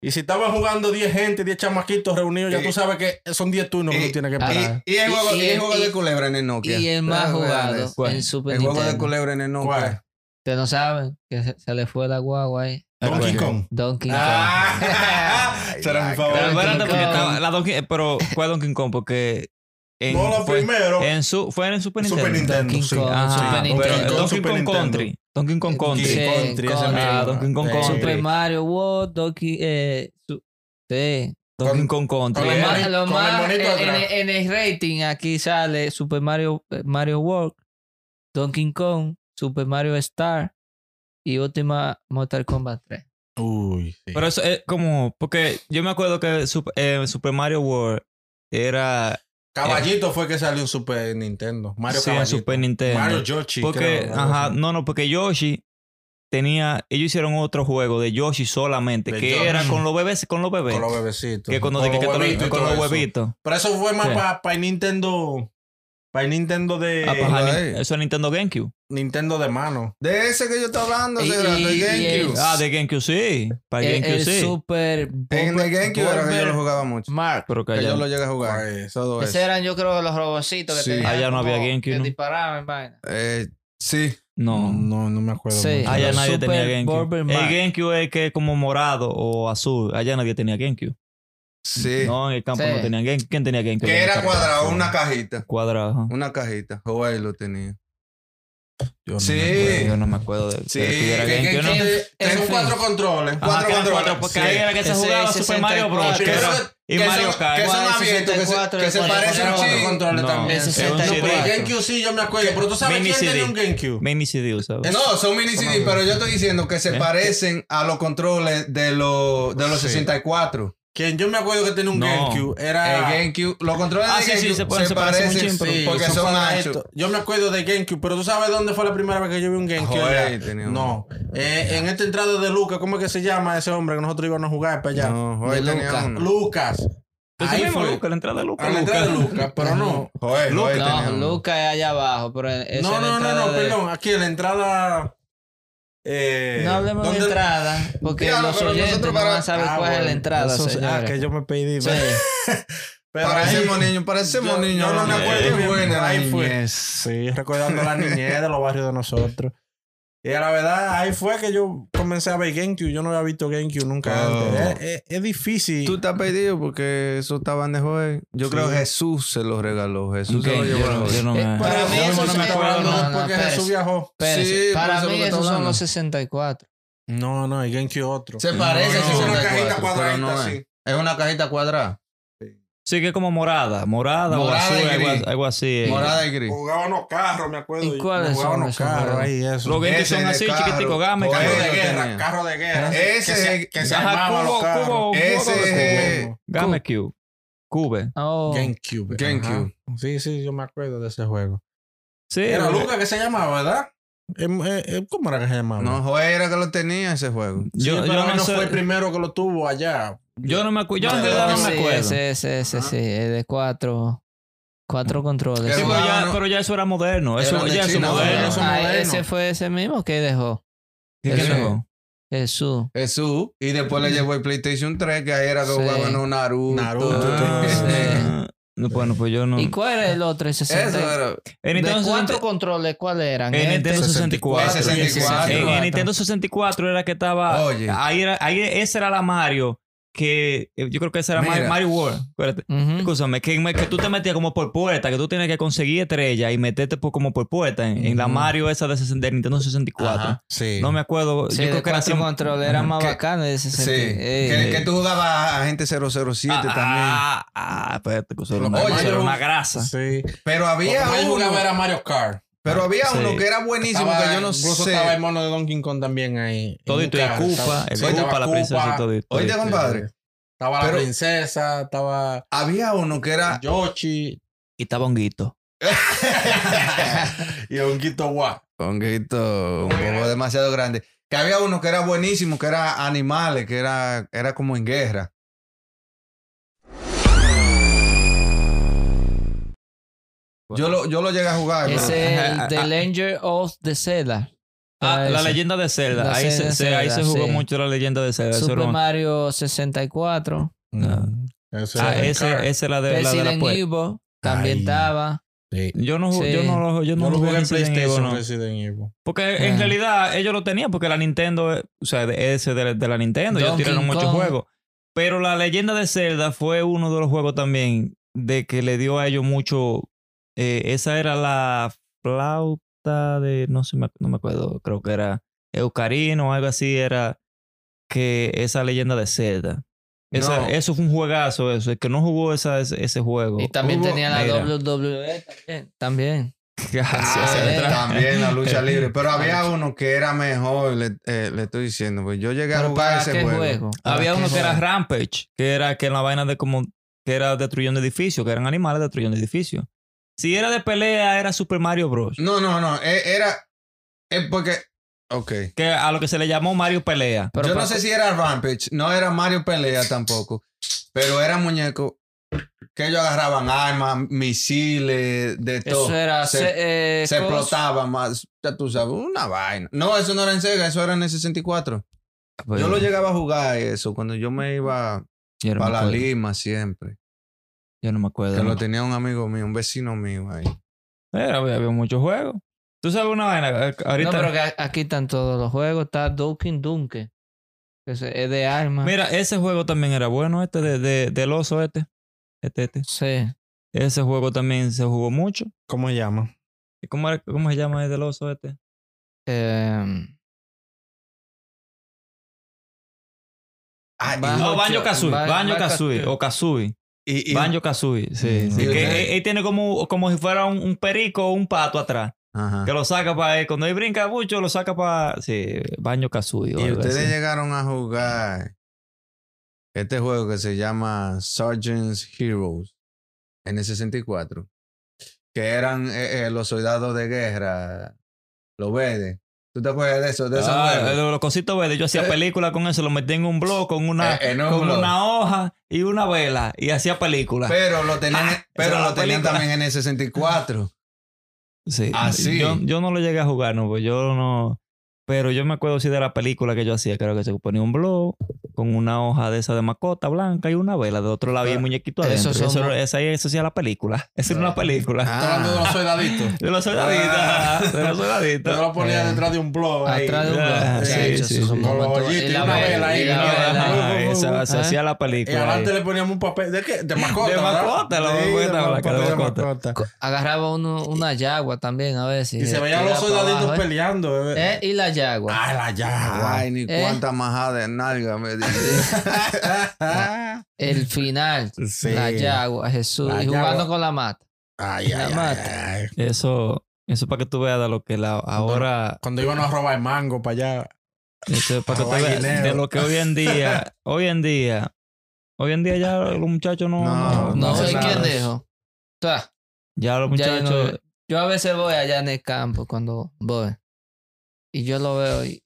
Speaker 3: Y si estaban jugando 10 gente, 10 chamaquitos reunidos, ya
Speaker 4: Y-
Speaker 3: tú sabes que son 10 turnos que
Speaker 4: y-
Speaker 3: tú tienes que
Speaker 2: ah,
Speaker 3: parar.
Speaker 4: Y, y el juego,
Speaker 2: Y-
Speaker 4: y el
Speaker 2: y-
Speaker 4: juego de culebra en el Nokia.
Speaker 2: Y el más
Speaker 4: Ah,
Speaker 2: jugado,
Speaker 4: reales.
Speaker 1: ¿Cuál?
Speaker 2: el Super
Speaker 4: El juego de
Speaker 2: Nintendo.
Speaker 4: culebra en el Nokia.
Speaker 3: ¿Cuál?
Speaker 2: Ustedes no saben que se, se le fue la guagua ahí.
Speaker 3: Donkey
Speaker 1: Bueno.
Speaker 3: Kong.
Speaker 2: Donkey Kong.
Speaker 3: Ah, ese era mi
Speaker 1: Pero
Speaker 3: favorito.
Speaker 1: espérate,
Speaker 2: Donkey
Speaker 1: porque
Speaker 2: Kong.
Speaker 1: estaba- la Donkey- pero ¿cuál Donkey Kong? Porque en,
Speaker 3: No, lo
Speaker 1: fue,
Speaker 3: primero.
Speaker 1: en su, fue en el Super Nintendo.
Speaker 3: Super Nintendo.
Speaker 2: Donkey
Speaker 3: sí.
Speaker 2: Kong,
Speaker 1: Ah,
Speaker 2: Super
Speaker 1: pero
Speaker 2: Nintendo.
Speaker 1: Donkey Kong,
Speaker 3: Super Nintendo.
Speaker 1: Country. Donkey Kong Country.
Speaker 2: Sí,
Speaker 3: Country, ese
Speaker 2: Country.
Speaker 3: mismo.
Speaker 1: Ah, Donkey Kong
Speaker 3: Sí.
Speaker 1: Country.
Speaker 2: Super Mario World, Donkey. Eh, su- sí.
Speaker 1: Donkey Kong
Speaker 3: Con la
Speaker 1: Country.
Speaker 2: Lo
Speaker 1: eh.
Speaker 3: mano.
Speaker 2: más- lo
Speaker 3: con el
Speaker 2: más-
Speaker 3: monito
Speaker 2: en,
Speaker 3: atrás.
Speaker 2: en- en el rating aquí sale Super Mario, eh, Mario World, Donkey Kong, Super Mario Star y última Mortal Kombat 3.
Speaker 3: Uy, sí.
Speaker 1: Pero eso es como. Porque yo me acuerdo que Sup- eh, Super, Mario World era
Speaker 3: Caballito fue que salió en Super Nintendo. Mario
Speaker 1: sí, en
Speaker 3: Caballito.
Speaker 1: Super Nintendo.
Speaker 3: Mario Yoshi.
Speaker 1: porque,
Speaker 3: creo, algo
Speaker 1: ajá,
Speaker 3: así.
Speaker 1: no, no, porque Yoshi tenía, ellos hicieron otro juego de Yoshi solamente,
Speaker 3: De
Speaker 1: que
Speaker 3: Yoshi.
Speaker 1: era con los bebés, con los bebés.
Speaker 3: Con los bebecitos.
Speaker 1: Que cuando
Speaker 3: Con
Speaker 1: dije que te
Speaker 3: los
Speaker 1: lo-
Speaker 3: huevitos y
Speaker 1: con
Speaker 3: todo
Speaker 1: los
Speaker 3: eso.
Speaker 1: huevitos.
Speaker 3: Pero eso fue más
Speaker 1: Sí.
Speaker 3: para Nintendo. Para Nintendo de.
Speaker 1: Ah, pues, ajá,
Speaker 4: lo
Speaker 1: Nin-
Speaker 4: es.
Speaker 1: eso es Nintendo GameCube.
Speaker 3: Nintendo de mano.
Speaker 4: De ese que yo estoy hablando,
Speaker 2: Y-
Speaker 4: ese grande,
Speaker 2: y-
Speaker 4: el
Speaker 2: y
Speaker 4: GameCube.
Speaker 2: el-
Speaker 1: Ah, de GameCube sí. Para
Speaker 2: El,
Speaker 1: GameCube
Speaker 2: el
Speaker 1: sí.
Speaker 2: Super
Speaker 4: en el
Speaker 1: pues,
Speaker 2: Bomber-
Speaker 4: GameCube era que yo lo
Speaker 2: Bomber
Speaker 4: jugaba mucho.
Speaker 2: Mark.
Speaker 1: Pero que
Speaker 4: Que yo
Speaker 1: allá,
Speaker 4: lo llegué a jugar.
Speaker 3: Pues,
Speaker 4: Eso, todo
Speaker 2: Ese
Speaker 4: eso.
Speaker 2: eran, yo creo, los robocitos que
Speaker 4: Sí.
Speaker 2: tenían.
Speaker 1: Allá no
Speaker 2: como
Speaker 1: había GameCube,
Speaker 2: Que
Speaker 1: ¿no?
Speaker 2: disparaban, en vaina.
Speaker 4: Eh, sí.
Speaker 1: no. Ah,
Speaker 3: No, no me acuerdo.
Speaker 2: Sí.
Speaker 3: mucho.
Speaker 1: Allá
Speaker 2: El
Speaker 1: nadie
Speaker 2: Super
Speaker 1: tenía GameCube.
Speaker 2: Bomber
Speaker 1: El
Speaker 2: Mark.
Speaker 1: GameCube es que es como morado o azul. Allá nadie tenía GameCube.
Speaker 4: Sí.
Speaker 1: No, en el campo
Speaker 2: Sí.
Speaker 1: no tenían GameCube. ¿Quién tenía GameCube?
Speaker 4: que
Speaker 1: en el
Speaker 4: era
Speaker 1: campo?
Speaker 4: cuadrado, una cajita.
Speaker 1: Cuadrado. ajá.
Speaker 4: Una cajita. O ahí lo tenía.
Speaker 3: Yo no
Speaker 4: Sí.
Speaker 3: me acuerdo.
Speaker 1: Yo no me acuerdo de
Speaker 4: Sí,
Speaker 1: de que tuviera
Speaker 4: que-
Speaker 1: GameCube.
Speaker 4: que-
Speaker 1: ¿no?
Speaker 2: que-
Speaker 3: Que son
Speaker 2: En fin.
Speaker 3: cuatro controles.
Speaker 1: Ajá,
Speaker 3: Cuatro
Speaker 1: que eran
Speaker 3: controles.
Speaker 1: cuatro,
Speaker 4: pues,
Speaker 1: porque ahí era que se
Speaker 2: Ese
Speaker 1: jugaba Super Mario Bros.
Speaker 2: 64.
Speaker 1: que
Speaker 3: Que
Speaker 1: era-
Speaker 3: son-
Speaker 1: y
Speaker 3: que
Speaker 1: Mario
Speaker 3: son-
Speaker 1: Kart.
Speaker 3: Que son
Speaker 2: Igual,
Speaker 3: abiertos, que se,
Speaker 2: 64,
Speaker 3: que se
Speaker 2: igual,
Speaker 3: parecen a un
Speaker 2: igual.
Speaker 3: chip. controles
Speaker 1: No.
Speaker 3: también.
Speaker 2: El
Speaker 3: No,
Speaker 1: Es un
Speaker 3: pero el
Speaker 2: 64.
Speaker 3: GameCube sí, yo me acuerdo. Pero tú sabes
Speaker 1: Mini
Speaker 3: quién tenía
Speaker 1: CD.
Speaker 3: un GameCube.
Speaker 1: Mini CD,
Speaker 3: Pues,
Speaker 1: ¿sabes?
Speaker 4: No, son mini CD, pero yo estoy diciendo que se
Speaker 1: ¿Eh?
Speaker 4: parecen a los controles de los de los
Speaker 3: Sí.
Speaker 4: 64.
Speaker 3: Quien yo me acuerdo que tenía un
Speaker 1: No.
Speaker 3: GameCube
Speaker 4: El
Speaker 3: era.
Speaker 4: GameCube, los controles
Speaker 1: Ah,
Speaker 4: de
Speaker 1: sí, sí,
Speaker 4: GameCube
Speaker 1: se pueden- se parecen un
Speaker 4: parecen
Speaker 1: chin, pero-
Speaker 4: sí,
Speaker 3: Sí,
Speaker 4: porque
Speaker 3: eso
Speaker 4: son
Speaker 3: fue
Speaker 4: anchos.
Speaker 3: esto. Yo me acuerdo de GameCube, pero tú sabes dónde fue la primera vez que yo vi un GameCube.
Speaker 4: Joder,
Speaker 3: allá?
Speaker 4: tenía un-
Speaker 3: no, Eh, en esta entrada de Lucas, ¿cómo es que se llama ese hombre que nosotros íbamos a jugar para allá?
Speaker 4: No,
Speaker 2: De
Speaker 4: Joel tenía
Speaker 2: Lucas.
Speaker 4: uno.
Speaker 3: Lucas.
Speaker 1: Ese
Speaker 3: Ahí
Speaker 1: mismo,
Speaker 3: fue.
Speaker 1: Luca, la entrada de Luca.
Speaker 3: A la entrada de Lucas, pero no.
Speaker 4: Joel, Joel
Speaker 3: Lucas.
Speaker 4: tenía
Speaker 2: No,
Speaker 4: uno.
Speaker 2: Lucas es allá abajo. Pero esa
Speaker 3: No,
Speaker 2: es
Speaker 3: no,
Speaker 2: la
Speaker 3: no,
Speaker 2: entrada
Speaker 3: no,
Speaker 2: de-
Speaker 3: perdón. Aquí en la entrada. eh,
Speaker 2: No hablemos de
Speaker 3: ¿dónde-
Speaker 2: entrada, porque
Speaker 4: Diablo,
Speaker 2: los
Speaker 4: pero
Speaker 2: oyentes no
Speaker 4: nosotros para-
Speaker 2: van a saber
Speaker 3: Ah,
Speaker 2: cuál es
Speaker 3: bueno,
Speaker 2: la entrada,
Speaker 3: eso sí. Ah,
Speaker 2: señores.
Speaker 3: que yo me pedí.
Speaker 2: Sí.
Speaker 3: ¿verdad? Pero ahí-
Speaker 4: Parecemos niños, parecemos
Speaker 3: yo-
Speaker 4: niños.
Speaker 3: yo no
Speaker 4: no
Speaker 3: me
Speaker 4: me
Speaker 1: acuerdo
Speaker 4: acuerdo
Speaker 3: bien,
Speaker 4: buena la
Speaker 3: ahí fue.
Speaker 4: niñez.
Speaker 3: Sí, recordando la niñez de los barrios de nosotros. Y la verdad, ahí fue que yo comencé a ver GameCube. Yo no había visto GameCube nunca
Speaker 4: Oh.
Speaker 3: antes. Es, es- es difícil.
Speaker 4: Tú te has perdido porque eso estaban de Joel. Yo
Speaker 3: Sí.
Speaker 4: creo que Jesús se los regaló. Jesús
Speaker 1: Ok,
Speaker 4: se los llevó
Speaker 1: yo
Speaker 4: a
Speaker 1: no- yo
Speaker 4: Joel.
Speaker 1: no
Speaker 2: Eh,
Speaker 1: me-
Speaker 2: para
Speaker 3: Pero
Speaker 2: mí
Speaker 3: yo
Speaker 2: eso
Speaker 3: no
Speaker 2: es-
Speaker 3: me acuerdo
Speaker 2: no,
Speaker 3: no,
Speaker 2: no,
Speaker 3: porque
Speaker 2: espérese.
Speaker 3: Jesús viajó.
Speaker 2: Espérense,
Speaker 4: Sí, por
Speaker 2: para
Speaker 4: eso
Speaker 2: mí
Speaker 4: que
Speaker 2: esos
Speaker 4: estoy
Speaker 2: son
Speaker 4: hablando.
Speaker 2: los 64.
Speaker 3: No, no, el GameCube otro.
Speaker 4: Se parece
Speaker 3: No,
Speaker 4: a
Speaker 3: no, no.
Speaker 4: 64,
Speaker 3: Una cajita
Speaker 4: pero
Speaker 3: cuadradita,
Speaker 4: no es.
Speaker 3: sí.
Speaker 4: Es una cajita cuadrada.
Speaker 1: Sí, que es como morada. Morada,
Speaker 4: Morada
Speaker 1: o
Speaker 4: y
Speaker 1: azul, algo,
Speaker 4: gris.
Speaker 1: algo así.
Speaker 4: Morada y gris.
Speaker 3: Jugaban los carros, me acuerdo.
Speaker 2: ¿Y cuáles
Speaker 3: Jugaban
Speaker 2: son
Speaker 3: los
Speaker 2: esos
Speaker 3: carros
Speaker 2: juegos?
Speaker 3: ahí, eso.
Speaker 1: Los Games
Speaker 4: Ese
Speaker 1: son
Speaker 4: de
Speaker 1: así,
Speaker 4: carro.
Speaker 1: chiquitico, gama y
Speaker 4: Joel
Speaker 1: carro
Speaker 3: carros
Speaker 1: de
Speaker 3: de
Speaker 4: lo
Speaker 3: guerra,
Speaker 4: tenía.
Speaker 3: carros de guerra.
Speaker 4: Ese
Speaker 3: que se, que se
Speaker 1: Ajá,
Speaker 3: armaban los
Speaker 1: cubo,
Speaker 3: carros.
Speaker 1: cubo,
Speaker 4: Ese
Speaker 3: de
Speaker 4: es
Speaker 3: cubo.
Speaker 1: GameCube. Cube.
Speaker 2: Oh,
Speaker 3: GameCube.
Speaker 4: GameCube.
Speaker 3: ajá. Sí, sí, yo me acuerdo de ese juego.
Speaker 1: Sí,
Speaker 3: Era
Speaker 1: lo-
Speaker 3: Luca que se llamaba, ¿verdad? Em, eh, eh, ¿Cómo era que se llamaba?
Speaker 4: No, Joel era que lo tenía ese juego.
Speaker 3: Sí,
Speaker 1: Yo,
Speaker 3: pero
Speaker 1: yo
Speaker 3: él
Speaker 1: no
Speaker 3: no
Speaker 1: sé-
Speaker 3: fue el primero que lo tuvo allá.
Speaker 1: yo no me acuerdo. Yo en
Speaker 4: No,
Speaker 1: realidad no
Speaker 4: sí,
Speaker 1: me acuerdo.
Speaker 2: Ese, ese, ese, sí, es de cuatro, cuatro
Speaker 1: Mm.
Speaker 2: controles.
Speaker 1: Sí,
Speaker 4: Pero
Speaker 1: pero, ya,
Speaker 4: bueno,
Speaker 1: pero ya eso era moderno. Eso
Speaker 4: eran de
Speaker 1: ya eso
Speaker 4: China,
Speaker 1: moderno.
Speaker 4: ¿no?
Speaker 1: eso-
Speaker 2: Ah,
Speaker 3: moderno.
Speaker 2: ese fue ese mismo que dejó
Speaker 1: ¿Y qué
Speaker 2: Sí.
Speaker 1: dejó?
Speaker 2: Jesús.
Speaker 4: Jesús. Y después le llevó el PlayStation 3, que ahí era que
Speaker 2: Sí.
Speaker 4: jugaban un Naruto.
Speaker 3: Naruto.
Speaker 1: Ah,
Speaker 2: Sí.
Speaker 1: no, Bueno, pues yo no.
Speaker 2: ¿Y cuál era el otro? El 60?
Speaker 4: Eso era.
Speaker 1: En
Speaker 2: ¿De
Speaker 1: Nintendo
Speaker 2: cuatro
Speaker 1: 64.
Speaker 2: controles cuáles eran?
Speaker 1: En
Speaker 2: Este,
Speaker 1: Nintendo 64.
Speaker 4: 64.
Speaker 1: En en Nintendo 64 era que estaba.
Speaker 4: Oye.
Speaker 1: Ahí era, ahí esa era la Mario. Que eh, yo creo que esa era Mario,
Speaker 4: Mira.
Speaker 1: Mario World. Espérate.
Speaker 2: Ujú.
Speaker 1: Escúchame, que, me- que tú te metías como por puerta, que tú tienes que conseguir estrellas y meterte por, como por puerta en, en la Mario esa de, 60 de Nintendo 64.
Speaker 4: Ajá.
Speaker 3: Sí.
Speaker 1: No me acuerdo.
Speaker 2: Sí,
Speaker 1: yo
Speaker 2: de
Speaker 1: creo que era así.
Speaker 2: cuatro controles era más
Speaker 4: Que-
Speaker 2: bacano. Ese Eh,
Speaker 4: Sí.
Speaker 2: 60.
Speaker 4: que,
Speaker 2: Ey,
Speaker 4: que tú jugabas a gente 007
Speaker 1: Ah,
Speaker 4: también.
Speaker 1: ah, ah, espérate, que eso era
Speaker 4: Lo-
Speaker 1: una-
Speaker 4: Oye,
Speaker 1: eso era una
Speaker 3: yo-
Speaker 1: grasa.
Speaker 3: Sí.
Speaker 4: Pero había
Speaker 3: Porque yo jugaba
Speaker 4: uno.
Speaker 3: era Mario Kart.
Speaker 4: Pero había
Speaker 1: Sí.
Speaker 4: uno que era buenísimo,
Speaker 3: Estaba-
Speaker 4: que yo no
Speaker 3: incluso estaba el
Speaker 4: sé.
Speaker 3: mono de Donkey Kong también ahí.
Speaker 1: Todo
Speaker 3: En
Speaker 1: esto,
Speaker 3: un
Speaker 1: el
Speaker 3: carro,
Speaker 1: Cupa,
Speaker 3: estaba-
Speaker 1: el
Speaker 3: sí, estaba
Speaker 1: Cupa, la princesa y todo esto. este.
Speaker 4: Oíste, compadre.
Speaker 3: Estaba la
Speaker 4: Pero-
Speaker 3: princesa, estaba
Speaker 4: Había uno que
Speaker 1: Ah.
Speaker 4: era.
Speaker 3: Yoshi
Speaker 1: Y estaba honguito.
Speaker 3: y Honguito Guá.
Speaker 4: Honguito, un poco demasiado grande. Que había uno que era buenísimo, que era animales, que era, era como en guerra. Yo lo, yo lo llegué a jugar. pero-
Speaker 2: Ese es
Speaker 1: Ajá,
Speaker 2: el The
Speaker 1: ah,
Speaker 2: Langer of the Zelda.
Speaker 1: Ah,
Speaker 2: Era
Speaker 1: la
Speaker 2: ese.
Speaker 1: leyenda de Zelda.
Speaker 2: La
Speaker 1: ahí, se,
Speaker 2: Zelda,
Speaker 1: se- ahí se
Speaker 2: Zelda,
Speaker 1: jugó
Speaker 2: sí.
Speaker 1: mucho la leyenda de Zelda. Eso era
Speaker 2: Super
Speaker 1: una-
Speaker 2: Mario 64.
Speaker 3: Eso
Speaker 1: Ah,
Speaker 3: era el
Speaker 1: ese-
Speaker 3: kart.
Speaker 1: esa era de la, de la
Speaker 2: Resident
Speaker 1: puerta.
Speaker 2: Evil también
Speaker 3: Ay.
Speaker 2: estaba.
Speaker 3: Sí.
Speaker 1: Yo no, ju-
Speaker 2: Sí.
Speaker 1: yo no, lo- yo no
Speaker 3: Yo lo
Speaker 1: jugué
Speaker 3: jugué en
Speaker 1: Resident Evil,
Speaker 3: PlayStation
Speaker 1: no.
Speaker 3: Resident Evil.
Speaker 1: Porque
Speaker 2: Ah.
Speaker 1: en realidad ellos lo tenían, porque la Nintendo, eh, o sea, de- ese de, de la Nintendo, ellos
Speaker 2: Donkey
Speaker 1: tiraron muchos
Speaker 2: Kong.
Speaker 1: juegos. Pero la leyenda de Zelda fue uno de los juegos también de que le dio a ellos mucho. eh, esa era la flauta de. No sé, me- no me acuerdo, creo que era Eucarino o algo así, era que esa leyenda de Zelda. Esa-
Speaker 4: No.
Speaker 1: Eso fue un juegazo, eso. El que no jugó esa, ese, ese juego.
Speaker 2: Y también
Speaker 4: Hubo-
Speaker 2: tenía la
Speaker 1: Mira.
Speaker 2: WWE también. también.
Speaker 1: Gracias,
Speaker 4: Ah,
Speaker 1: se le
Speaker 2: eh,
Speaker 1: trajo.
Speaker 4: también la lucha libre. Pero había uno que era mejor, le, eh, le estoy diciendo. Pues yo llegué a
Speaker 2: Pero
Speaker 4: jugar
Speaker 2: ¿para
Speaker 4: ese
Speaker 2: qué
Speaker 4: juego.
Speaker 2: juego? ¿Para
Speaker 1: Había
Speaker 2: qué
Speaker 1: uno que era
Speaker 2: juego?
Speaker 1: Rampage, que era que en la vaina de como que era destruyendo edificios, que eran animales destruyendo edificios. Si era de pelea, era Super Mario Bros.
Speaker 4: No, no, no. e- Era. Es porque. Ok.
Speaker 1: Que a lo que se le llamó Mario Pelea.
Speaker 2: Pero
Speaker 4: Yo
Speaker 2: pa-
Speaker 4: no sé si era Rampage, no era Mario Pelea tampoco, pero era muñeco que ellos agarraban armas, misiles, de todo.
Speaker 2: Eso era.
Speaker 4: Se-
Speaker 2: se, eh,
Speaker 4: se
Speaker 2: cos-
Speaker 4: explotaba más, ya tú sabes, una vaina. No, eso no era en Sega, eso era en el 64. Yo lo llegaba a jugar eso cuando yo me iba
Speaker 1: Pues Yo no me
Speaker 4: para la
Speaker 1: acuerdo.
Speaker 4: Lima siempre.
Speaker 1: Yo no me acuerdo.
Speaker 4: Que lo
Speaker 1: no.
Speaker 4: tenía un amigo mío, un vecino mío ahí.
Speaker 1: Era, había, había muchos juegos. Tú sabes una vaina. eh, Ahorita.
Speaker 2: No, pero que a- aquí están todos los juegos. Está Donkey Dunke. Que se- es de armas.
Speaker 1: Mira, ese juego también era bueno, este de, de- del oso, este. Este, este.
Speaker 2: Sí.
Speaker 1: Ese juego también se jugó mucho.
Speaker 3: ¿Cómo se llama?
Speaker 1: ¿Y ¿Cómo, era- cómo se llama el del oso este?
Speaker 2: em,
Speaker 4: Ah, y-
Speaker 2: Bajo-
Speaker 1: No,
Speaker 2: Ocho.
Speaker 1: Banjo Kazooie.
Speaker 2: Ba-
Speaker 1: Banjo
Speaker 2: Ba-
Speaker 1: Kazooie. O Kazooie.
Speaker 4: y- y-
Speaker 1: Banjo Kazooie. Sí.
Speaker 4: Mm.
Speaker 1: sí,
Speaker 4: ¿Y
Speaker 1: que
Speaker 4: usted?
Speaker 1: él, él tiene como, como si fuera un, un perico o un pato atrás.
Speaker 4: Ajá.
Speaker 1: Que lo saca para. Cuando él brinca mucho, lo saca para. Sí, Banjo Kazooie. o
Speaker 4: Y
Speaker 1: algo
Speaker 4: ustedes
Speaker 1: así.
Speaker 4: llegaron a jugar este juego que se llama Sergeant's Heroes en el 64, que eran eh, eh, los soldados de guerra, los verdes. ¿Tú te acuerdas de eso? De esos
Speaker 1: Ah, de
Speaker 4: juegos?
Speaker 1: los cositos verdes. Yo hacía
Speaker 4: Eh.
Speaker 1: película con eso. Lo metí en un blog con una,
Speaker 4: Eh, en un
Speaker 1: con
Speaker 4: blog.
Speaker 1: una hoja y una vela. Y hacía película.
Speaker 4: Pero lo tenían, eh,
Speaker 1: Ah,
Speaker 4: pero
Speaker 1: esa
Speaker 4: lo
Speaker 1: la
Speaker 4: tenían
Speaker 1: película.
Speaker 4: también en el 64.
Speaker 1: Sí.
Speaker 4: Ah, sí.
Speaker 1: Yo, yo no lo llegué a jugar, no, pues yo no. Pero yo me acuerdo sí de la película que yo hacía, creo que se ponía un blog con una hoja de esa de macota blanca y una vela. De otro lado había un muñequito adentro.
Speaker 2: esos son
Speaker 1: Eso,
Speaker 2: mo-
Speaker 1: esa, eso sí era la película. Esa era una película.
Speaker 3: Está hablando de
Speaker 4: Ah,
Speaker 3: los soldaditos.
Speaker 1: De los soldaditos. De los
Speaker 3: Yo
Speaker 1: soldaditos.
Speaker 3: lo ponía
Speaker 2: Eh,
Speaker 3: detrás de un blog. ahí.
Speaker 2: atrás de un
Speaker 1: Ah,
Speaker 2: blog.
Speaker 1: sí,
Speaker 2: Sí, esos
Speaker 1: sí,
Speaker 2: son
Speaker 1: sí.
Speaker 2: momentos-
Speaker 3: Con los
Speaker 2: y
Speaker 3: hoyitos y
Speaker 2: la
Speaker 3: una
Speaker 2: vela,
Speaker 3: vela ahí,
Speaker 2: y la
Speaker 3: una
Speaker 2: vela.
Speaker 3: vela.
Speaker 1: Ajá, esa- se
Speaker 2: Ah.
Speaker 1: hacía la
Speaker 3: Y
Speaker 1: película.
Speaker 3: adelante le poníamos un papel. ¿De qué? De mascota.
Speaker 1: De
Speaker 3: ¿verdad?
Speaker 1: mascota, la
Speaker 3: Sí,
Speaker 1: mascota,
Speaker 3: de
Speaker 1: la cara de
Speaker 3: de
Speaker 1: mascota.
Speaker 4: Ah.
Speaker 2: Co- Agarraba uno, una yagua también a veces.
Speaker 3: Y se veían
Speaker 2: tiraba
Speaker 3: los
Speaker 2: pa'
Speaker 3: soldaditos
Speaker 2: abajo, ¿eh?
Speaker 3: peleando. bebé.
Speaker 2: Eh, Y la yagua.
Speaker 3: Ah, la llave.
Speaker 4: Ay, ni
Speaker 2: Eh.
Speaker 4: cuánta majada de nalga me diste.
Speaker 2: El final.
Speaker 3: Sí.
Speaker 2: La yagua, Jesús.
Speaker 3: La
Speaker 2: y jugando
Speaker 3: yagua.
Speaker 2: con la mata.
Speaker 3: Ay,
Speaker 2: La
Speaker 3: ay, ay,
Speaker 2: mata.
Speaker 3: ay.
Speaker 1: Eso, eso para que tú veas de lo que la, ahora.
Speaker 3: Cuando iban a robar mango para allá.
Speaker 1: Eso es para que
Speaker 3: Ah,
Speaker 1: tú veas
Speaker 3: guineo.
Speaker 1: de lo que hoy en día. Hoy en día. Hoy en día ya los muchachos no.
Speaker 4: No,
Speaker 1: no-
Speaker 2: No,
Speaker 3: no
Speaker 2: sé
Speaker 3: sé
Speaker 2: quién
Speaker 3: nada.
Speaker 2: dijo. O sea,
Speaker 1: Ya los
Speaker 2: ya yo, no
Speaker 1: muchachos.
Speaker 2: veo. Yo a veces voy allá en el campo cuando voy. Y yo lo veo y,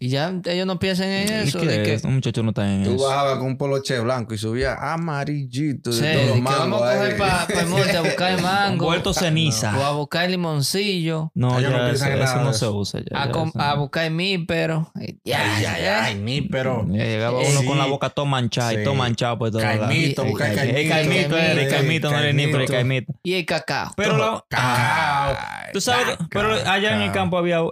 Speaker 2: y ya ellos no piensan en
Speaker 1: ¿Y
Speaker 2: eso.
Speaker 1: qué
Speaker 2: De que,
Speaker 1: es? Un muchacho no está en
Speaker 4: Tú
Speaker 1: eso.
Speaker 4: bajabas con un poloche blanco y subía amarillito de
Speaker 2: Sí,
Speaker 4: todos
Speaker 2: de
Speaker 4: los
Speaker 2: que
Speaker 4: mangos
Speaker 2: vamos a coger
Speaker 4: ahí.
Speaker 2: para el monte a buscar mango.
Speaker 1: Vuelto ceniza.
Speaker 2: O a buscar limoncillo.
Speaker 1: No,
Speaker 3: Ellos no
Speaker 1: ya eso,
Speaker 3: piensan en
Speaker 1: eso
Speaker 3: nada
Speaker 1: no
Speaker 3: de
Speaker 1: se
Speaker 3: eso.
Speaker 1: usa. Ya,
Speaker 2: A,
Speaker 1: ya
Speaker 2: com-
Speaker 1: eso
Speaker 2: a
Speaker 1: no.
Speaker 2: buscar mi, pero. Ya,
Speaker 3: Ay,
Speaker 2: ya,
Speaker 3: ay,
Speaker 2: ya.
Speaker 3: ay, ni, pero.
Speaker 1: Ya llegaba uno
Speaker 3: Sí.
Speaker 1: con la boca toda manchada y
Speaker 3: Sí.
Speaker 1: todo manchado pues, por todos lados.
Speaker 3: Caimito,
Speaker 1: El
Speaker 3: busca
Speaker 1: caimito, el
Speaker 3: caimito.
Speaker 1: caimito, era, el
Speaker 3: Sí,
Speaker 1: caimito, no era ni por el
Speaker 3: caimito.
Speaker 1: caimito.
Speaker 2: Y el cacao.
Speaker 1: Pero la-
Speaker 3: Cacao.
Speaker 2: Ah.
Speaker 1: tú sabes, que- pero allá en el campo había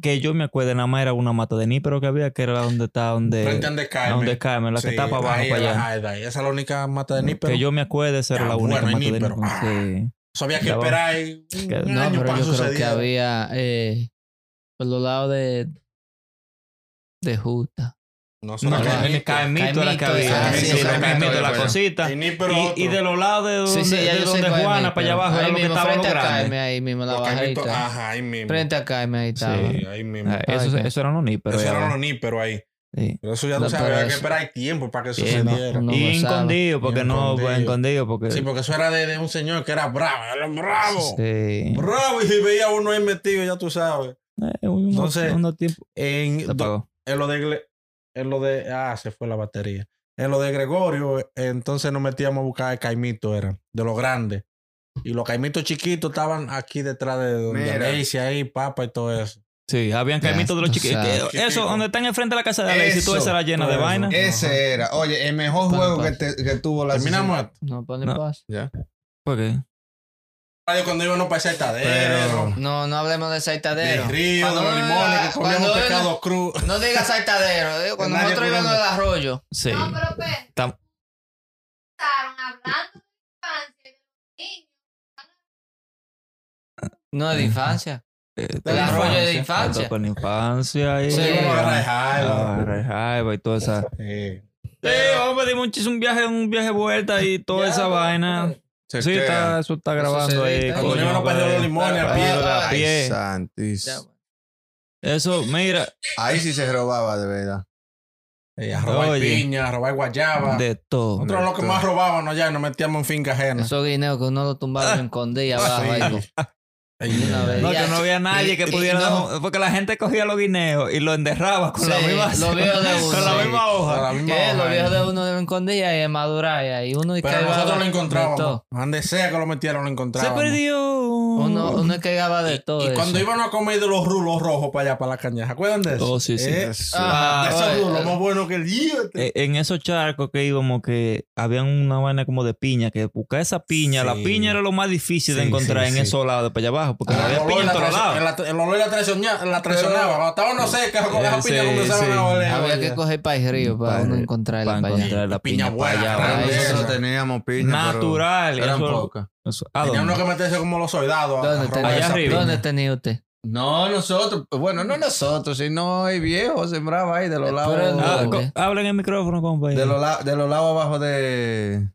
Speaker 1: que yo me acuerdo, nada más era una mata de nípero que había, que era donde está,
Speaker 3: Frente a
Speaker 1: donde,
Speaker 3: donde
Speaker 1: a
Speaker 3: Carmen.
Speaker 1: Ah, donde Carmen, la que
Speaker 3: Sí,
Speaker 1: está para abajo
Speaker 3: ahí
Speaker 1: para
Speaker 3: en la
Speaker 1: allá.
Speaker 3: Jaida. Esa es la única mata de nípero.
Speaker 1: Que yo me acuerdo, esa era
Speaker 3: Ah,
Speaker 1: la única
Speaker 3: bueno, hay
Speaker 1: mata de
Speaker 3: nípero.
Speaker 1: nípero.
Speaker 3: Ah.
Speaker 1: sí.
Speaker 3: Eso había que
Speaker 1: Ya va.
Speaker 3: esperar ahí un
Speaker 1: Que-
Speaker 2: No,
Speaker 3: año
Speaker 2: pero
Speaker 3: para
Speaker 2: yo creo que
Speaker 3: sucediera.
Speaker 2: había eh, por los lados de de Justa.
Speaker 3: No,
Speaker 1: No,
Speaker 3: solo
Speaker 1: el
Speaker 3: Carmen.
Speaker 1: caimito era que
Speaker 2: Caimito,
Speaker 1: había.
Speaker 3: ah,
Speaker 1: Sí,
Speaker 3: sí,
Speaker 1: el
Speaker 3: caimito,
Speaker 1: caimito, la
Speaker 4: bueno.
Speaker 1: cosita.
Speaker 3: Y nípero
Speaker 1: Y, y
Speaker 3: otro.
Speaker 1: de los lados de donde, de
Speaker 2: yo sé
Speaker 1: donde
Speaker 2: cuál es,
Speaker 1: Juana para allá
Speaker 2: pero
Speaker 1: abajo era
Speaker 2: ahí
Speaker 1: lo que
Speaker 2: mismo,
Speaker 1: estaba lo
Speaker 2: frente a
Speaker 1: grande.
Speaker 2: Carmen, ahí mismo, la
Speaker 3: Porque ahí mismo-
Speaker 2: bajadita.
Speaker 3: Ajá, ahí mismo.
Speaker 2: Frente a Carmen, ahí estaba.
Speaker 1: ah, Sí.
Speaker 3: Sí, ahí mismo.
Speaker 1: Ah, Eso,
Speaker 2: ok.
Speaker 1: eso eran los níperos.
Speaker 3: Eso
Speaker 1: ya.
Speaker 3: era lo nípero ahí.
Speaker 1: Sí.
Speaker 3: Pero eso ya
Speaker 2: No,
Speaker 3: tú sabes,
Speaker 2: pero
Speaker 3: había que
Speaker 2: eso-
Speaker 3: esperar tiempo para que
Speaker 1: Sí,
Speaker 3: sucediera.
Speaker 2: no.
Speaker 1: y
Speaker 2: gozaba.
Speaker 1: escondido, porque no,
Speaker 3: Escondido.
Speaker 1: pues, escondido, porque.
Speaker 3: Sí, porque eso era de, de un señor que era bravo, era bravo.
Speaker 1: Sí.
Speaker 3: Bravo, y si veía a uno ahí metido, ya tú sabes.
Speaker 1: Eh, uno-
Speaker 3: Entonces,
Speaker 1: uno tiempo-
Speaker 3: En,
Speaker 1: se apagó.
Speaker 3: en lo de Gle- en lo de ah se fue la batería en lo de Gregorio eh, entonces nos metíamos a buscar caimitos eran de los grandes y los caimitos chiquitos estaban aquí detrás de donde
Speaker 4: Mira.
Speaker 3: Daisy ahí papa y todo eso
Speaker 1: Sí, habían caimitos de los
Speaker 2: tú
Speaker 1: chiquitos.
Speaker 2: sabes.
Speaker 1: Que- Eso,
Speaker 3: Chiquito.
Speaker 1: donde están enfrente de la casa de Alex, y
Speaker 4: Eso,
Speaker 1: todo eso era llena de
Speaker 3: todo eso.
Speaker 1: vaina.
Speaker 3: Ajá.
Speaker 4: Ese era. Oye, el mejor
Speaker 2: Bueno,
Speaker 4: juego que,
Speaker 2: pues.
Speaker 4: te- que tuvo la
Speaker 3: terminamos esto.
Speaker 2: No pone
Speaker 1: No.
Speaker 2: paz.
Speaker 1: ¿Por qué?
Speaker 3: Ay, cuando íbamos para el saltadero
Speaker 4: Pero-
Speaker 2: No, no hablemos de saltadero.
Speaker 3: del río de
Speaker 2: Cuando
Speaker 3: los
Speaker 2: uno
Speaker 3: limones
Speaker 2: iba-
Speaker 3: que comíamos
Speaker 2: cuando
Speaker 3: pescado cruz
Speaker 2: uno- No digas saltadero. eh, Cuando
Speaker 3: Nadie
Speaker 2: nosotros íbamos
Speaker 3: comiendo.
Speaker 2: al arroyo.
Speaker 1: Sí.
Speaker 5: No, pero que
Speaker 1: Tam-
Speaker 5: estaban hablando de infancia y de los niños.
Speaker 2: No, de infancia.
Speaker 1: Eh,
Speaker 3: Del arroyo de
Speaker 2: infancia.
Speaker 1: Con la infancia. Y,
Speaker 2: Sí,
Speaker 3: Entonces íbamos a
Speaker 2: bueno.
Speaker 1: Ah,
Speaker 3: rajar, ¿no?
Speaker 1: Maracaibo y toda esa.
Speaker 3: Sí.
Speaker 1: Sí, vamos a pedir un, chis- un viaje, un viaje vuelta y toda
Speaker 2: Ya,
Speaker 1: esa
Speaker 2: pero-
Speaker 1: vaina.
Speaker 4: Se
Speaker 1: sí,
Speaker 4: queda.
Speaker 1: está, eso está grabando
Speaker 2: se
Speaker 1: ahí. pues.
Speaker 2: edita.
Speaker 3: cuando íbamos para
Speaker 1: vale.
Speaker 2: pues,
Speaker 3: los limones a
Speaker 1: Ay,
Speaker 3: pie,
Speaker 1: de la
Speaker 2: ay,
Speaker 1: pie.
Speaker 4: Santis.
Speaker 2: Ya, bueno.
Speaker 1: Eso, mira,
Speaker 4: Ahí sí se robaba de verdad.
Speaker 3: eh, a robar
Speaker 1: Oye.
Speaker 3: piña, a robar guayaba.
Speaker 1: De todo.
Speaker 3: Nosotros lo que
Speaker 4: Exacto.
Speaker 3: más robábamos allá y nos metíamos en finca ajena.
Speaker 2: Esos guineos que uno lo tumbaba y
Speaker 1: Ah.
Speaker 2: lo escondía abajo.
Speaker 3: Sí.
Speaker 2: algo.
Speaker 3: Ay,
Speaker 2: Una
Speaker 3: ay,
Speaker 2: vez.
Speaker 3: ay.
Speaker 1: No, que no había nadie que
Speaker 2: Y- y
Speaker 1: pudiera.
Speaker 2: no.
Speaker 1: dar- Porque la gente cogía los guineos y lo enterraba con la
Speaker 2: Sí,
Speaker 1: misma.
Speaker 2: lo veo de uno,
Speaker 1: Con la
Speaker 2: sí.
Speaker 1: misma
Speaker 3: A
Speaker 1: hoja.
Speaker 3: la misma
Speaker 2: Que
Speaker 3: hoja,
Speaker 2: los viejos
Speaker 3: eh.
Speaker 2: de uno lo escondía y maduraba. Y uno y
Speaker 3: Pero
Speaker 2: caigaba
Speaker 3: nosotros lo
Speaker 2: de
Speaker 3: encontrábamos.
Speaker 2: todo.
Speaker 3: Donde sea que lo metieran, lo
Speaker 1: Se
Speaker 3: encontrábamos.
Speaker 1: perdió.
Speaker 2: Uno, uno caigaba de todo.
Speaker 3: Y
Speaker 2: eso.
Speaker 3: cuando íbamos a comer de los rulos rojos para allá, para la caña. ¿Se acuerdan de eso?
Speaker 1: Oh, sí, sí.
Speaker 3: Eh,
Speaker 2: Ah,
Speaker 3: de esos
Speaker 2: oye,
Speaker 3: rulos más buenos que el día.
Speaker 1: Eh, En esos charcos que íbamos, que habían una vaina como de piña, que buscar esa piña, la
Speaker 3: Sí.
Speaker 1: piña era lo más difícil de
Speaker 3: Sí,
Speaker 1: encontrar
Speaker 3: sí,
Speaker 1: en
Speaker 3: sí.
Speaker 1: esos lados de para allá abajo, porque
Speaker 3: El
Speaker 1: había
Speaker 3: olor
Speaker 1: piña en
Speaker 3: la
Speaker 1: todos
Speaker 3: traicio-
Speaker 1: lados.
Speaker 3: el- El olor la traicionaba. La traicionaba. Cuando estaba uno seca, con
Speaker 1: Eh,
Speaker 3: esa piña
Speaker 1: sí,
Speaker 3: comenzaban
Speaker 1: sí.
Speaker 3: a oler.
Speaker 2: Había que coger para el río para
Speaker 1: Pa'
Speaker 2: uno
Speaker 3: eh,
Speaker 1: el-
Speaker 2: encontrar
Speaker 1: Para
Speaker 2: la paella.
Speaker 1: encontrar la
Speaker 3: Piña
Speaker 1: piña, para
Speaker 3: buena,
Speaker 1: allá
Speaker 3: grande.
Speaker 1: abajo.
Speaker 4: Ahora
Speaker 3: eso.
Speaker 4: nosotros teníamos piña. pero
Speaker 1: ah, Natural.
Speaker 4: Eran
Speaker 1: eso-
Speaker 4: pocas.
Speaker 1: eso- ¿a
Speaker 3: Tenía
Speaker 1: dónde?
Speaker 3: uno que meterse como los soldados. a- a
Speaker 2: ¿Dónde
Speaker 3: robar
Speaker 2: tenía,
Speaker 1: Allá
Speaker 3: esa
Speaker 1: arriba.
Speaker 2: ¿Dónde
Speaker 3: piña.
Speaker 2: tenía usted?
Speaker 4: No, nosotros. Bueno, no nosotros, sino el viejo sembraba ahí de los
Speaker 2: Pero
Speaker 4: lados.
Speaker 2: no,
Speaker 1: Ah,
Speaker 2: ¿dónde?
Speaker 1: co- Habla en el micrófono, compa.
Speaker 4: de, los la- de los lados abajo de,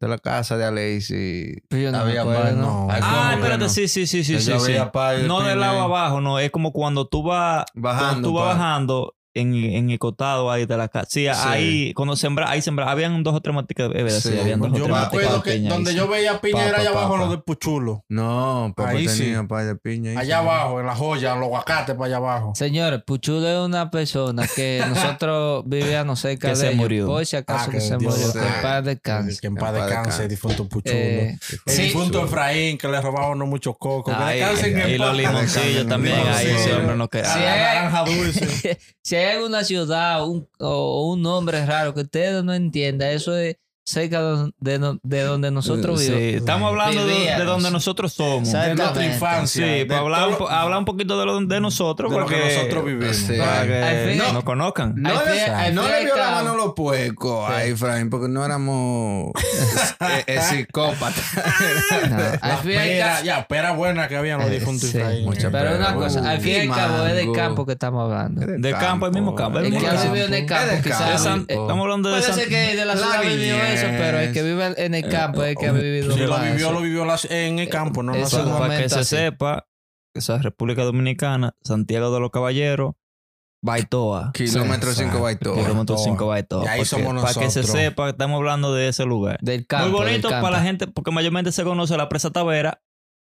Speaker 4: de la casa de Alexis.
Speaker 2: Pues yo no me
Speaker 4: Había
Speaker 2: acuerdo,
Speaker 4: par-
Speaker 2: ¿no?
Speaker 4: Ay,
Speaker 1: Ah,
Speaker 4: cómo
Speaker 1: espérate,
Speaker 4: no.
Speaker 1: sí, sí, sí, sí,
Speaker 4: Que
Speaker 1: sí.
Speaker 4: yo
Speaker 1: sí.
Speaker 4: veía par
Speaker 1: No del
Speaker 4: piña
Speaker 1: lado
Speaker 4: ahí.
Speaker 1: abajo, no. Es como cuando tú vas cuando
Speaker 4: Bajando.
Speaker 1: tú vas
Speaker 4: pa.
Speaker 1: bajando en, en el cotado ahí de la casa. Sí,
Speaker 4: Sí.
Speaker 1: ahí, cuando sembra, ahí sembra, habían dos o tres maticas. Es verdad, sí,
Speaker 4: Sí.
Speaker 1: habían dos o
Speaker 3: Yo
Speaker 1: tres
Speaker 3: me
Speaker 1: maticas
Speaker 3: acuerdo
Speaker 1: de
Speaker 3: que
Speaker 1: piña ahí,
Speaker 3: donde
Speaker 1: sí.
Speaker 3: yo veía piña era
Speaker 1: Papa,
Speaker 3: allá abajo,
Speaker 1: papa.
Speaker 3: lo del puchulo.
Speaker 4: No, papá
Speaker 3: Ahí sí.
Speaker 4: tenía par de piña. ahí
Speaker 3: Allá
Speaker 4: sí.
Speaker 3: abacho, en la joya, en los aguacates para allá abajo.
Speaker 2: Señor, Puchulo es una persona que nosotros vivíamos
Speaker 1: Que
Speaker 2: cerca de
Speaker 1: se
Speaker 2: ellos,
Speaker 1: murió.
Speaker 2: Por si acaso
Speaker 3: Ah,
Speaker 2: que,
Speaker 3: que
Speaker 2: se
Speaker 3: Dios
Speaker 2: murió.
Speaker 4: te-
Speaker 2: Que en paz descanse.
Speaker 3: Que en paz
Speaker 4: En paz
Speaker 3: descanse,
Speaker 4: descanse.
Speaker 3: difunto puchulo.
Speaker 2: Eh,
Speaker 3: El difunto
Speaker 4: Puchulo.
Speaker 3: Efraín, que le robaban no muchos cocos. Que
Speaker 1: Ay,
Speaker 3: descansen en
Speaker 1: y los
Speaker 3: paz.
Speaker 1: limoncillos
Speaker 4: Descansen
Speaker 1: también
Speaker 3: en
Speaker 1: ahí,
Speaker 3: paz.
Speaker 1: ese hombre no queda.
Speaker 2: Sí,
Speaker 3: La
Speaker 2: eh.
Speaker 3: naranja dulce.
Speaker 2: si hay alguna ciudad un- o un nombre raro que ustedes no entiendan, eso es cerca de, de- de donde nosotros
Speaker 1: Sí,
Speaker 2: vivimos.
Speaker 1: Estamos hablando de, de
Speaker 2: Vivíamos.
Speaker 1: donde nosotros somos.
Speaker 2: Exacto.
Speaker 3: de nuestra
Speaker 2: Exactamente.
Speaker 1: Sí,
Speaker 3: infancia. de
Speaker 1: para hablar, un
Speaker 3: todo
Speaker 1: po- hablar un poquito de, lo, de nosotros,
Speaker 3: de lo
Speaker 1: porque
Speaker 3: que nosotros vivimos.
Speaker 4: Sí.
Speaker 1: para
Speaker 2: Al
Speaker 1: que
Speaker 2: fin-
Speaker 1: nos conozcan.
Speaker 4: No,
Speaker 2: Ahí
Speaker 4: le,
Speaker 2: fue- ahí
Speaker 4: no
Speaker 2: fue
Speaker 4: le
Speaker 2: el
Speaker 4: vio la
Speaker 2: clavo.
Speaker 4: mano a los puercos a Efraín porque no éramos eh, eh, psicópatas.
Speaker 2: No, al
Speaker 3: Las
Speaker 2: fin y al
Speaker 3: peras,
Speaker 2: ca-
Speaker 3: ya, pera buena que habían los
Speaker 2: Eh,
Speaker 3: difuntos
Speaker 2: sí.
Speaker 3: Efraín.
Speaker 4: Mucha
Speaker 3: Eh,
Speaker 2: Pero una
Speaker 4: Pero,
Speaker 2: cosa, al fin y al
Speaker 4: uy,
Speaker 2: cabo es del
Speaker 4: mango.
Speaker 2: campo que estamos hablando.
Speaker 1: De campo, el
Speaker 4: eh.
Speaker 1: mismo campo, el
Speaker 2: El
Speaker 1: mismo
Speaker 2: que ha
Speaker 1: campo.
Speaker 2: vivido en el campo,
Speaker 4: Es de
Speaker 1: De
Speaker 2: quizás.
Speaker 1: San-
Speaker 4: campo.
Speaker 2: eh,
Speaker 1: estamos hablando de
Speaker 2: Puede
Speaker 1: San-
Speaker 2: ser que de la
Speaker 4: La
Speaker 2: ciudad ha vivido
Speaker 4: niñez.
Speaker 2: eso, pero el que vive en el campo es el que ha
Speaker 1: oh,
Speaker 2: vivido
Speaker 3: Si lo
Speaker 2: más
Speaker 3: vivió,
Speaker 2: eso.
Speaker 3: lo vivió las- en el campo, no
Speaker 2: Eh,
Speaker 1: Eso,
Speaker 3: nosotros.
Speaker 2: Exacto.
Speaker 1: para que
Speaker 2: momento
Speaker 1: se
Speaker 2: así.
Speaker 1: sepa, esa República Dominicana, Santiago de los Caballeros, Baitoa.
Speaker 4: Kilómetro
Speaker 3: Sí,
Speaker 4: 5
Speaker 1: Baitoa.
Speaker 4: baitoa.
Speaker 1: Kilómetro 5 Baitoa.
Speaker 3: Y ahí
Speaker 1: porque-
Speaker 3: somos
Speaker 1: Para que se
Speaker 3: nosotros.
Speaker 1: sepa, estamos hablando de ese lugar.
Speaker 2: Del campo.
Speaker 1: Muy
Speaker 2: del
Speaker 1: bonito
Speaker 2: campo.
Speaker 1: para la gente, porque mayormente se conoce la presa Tavera.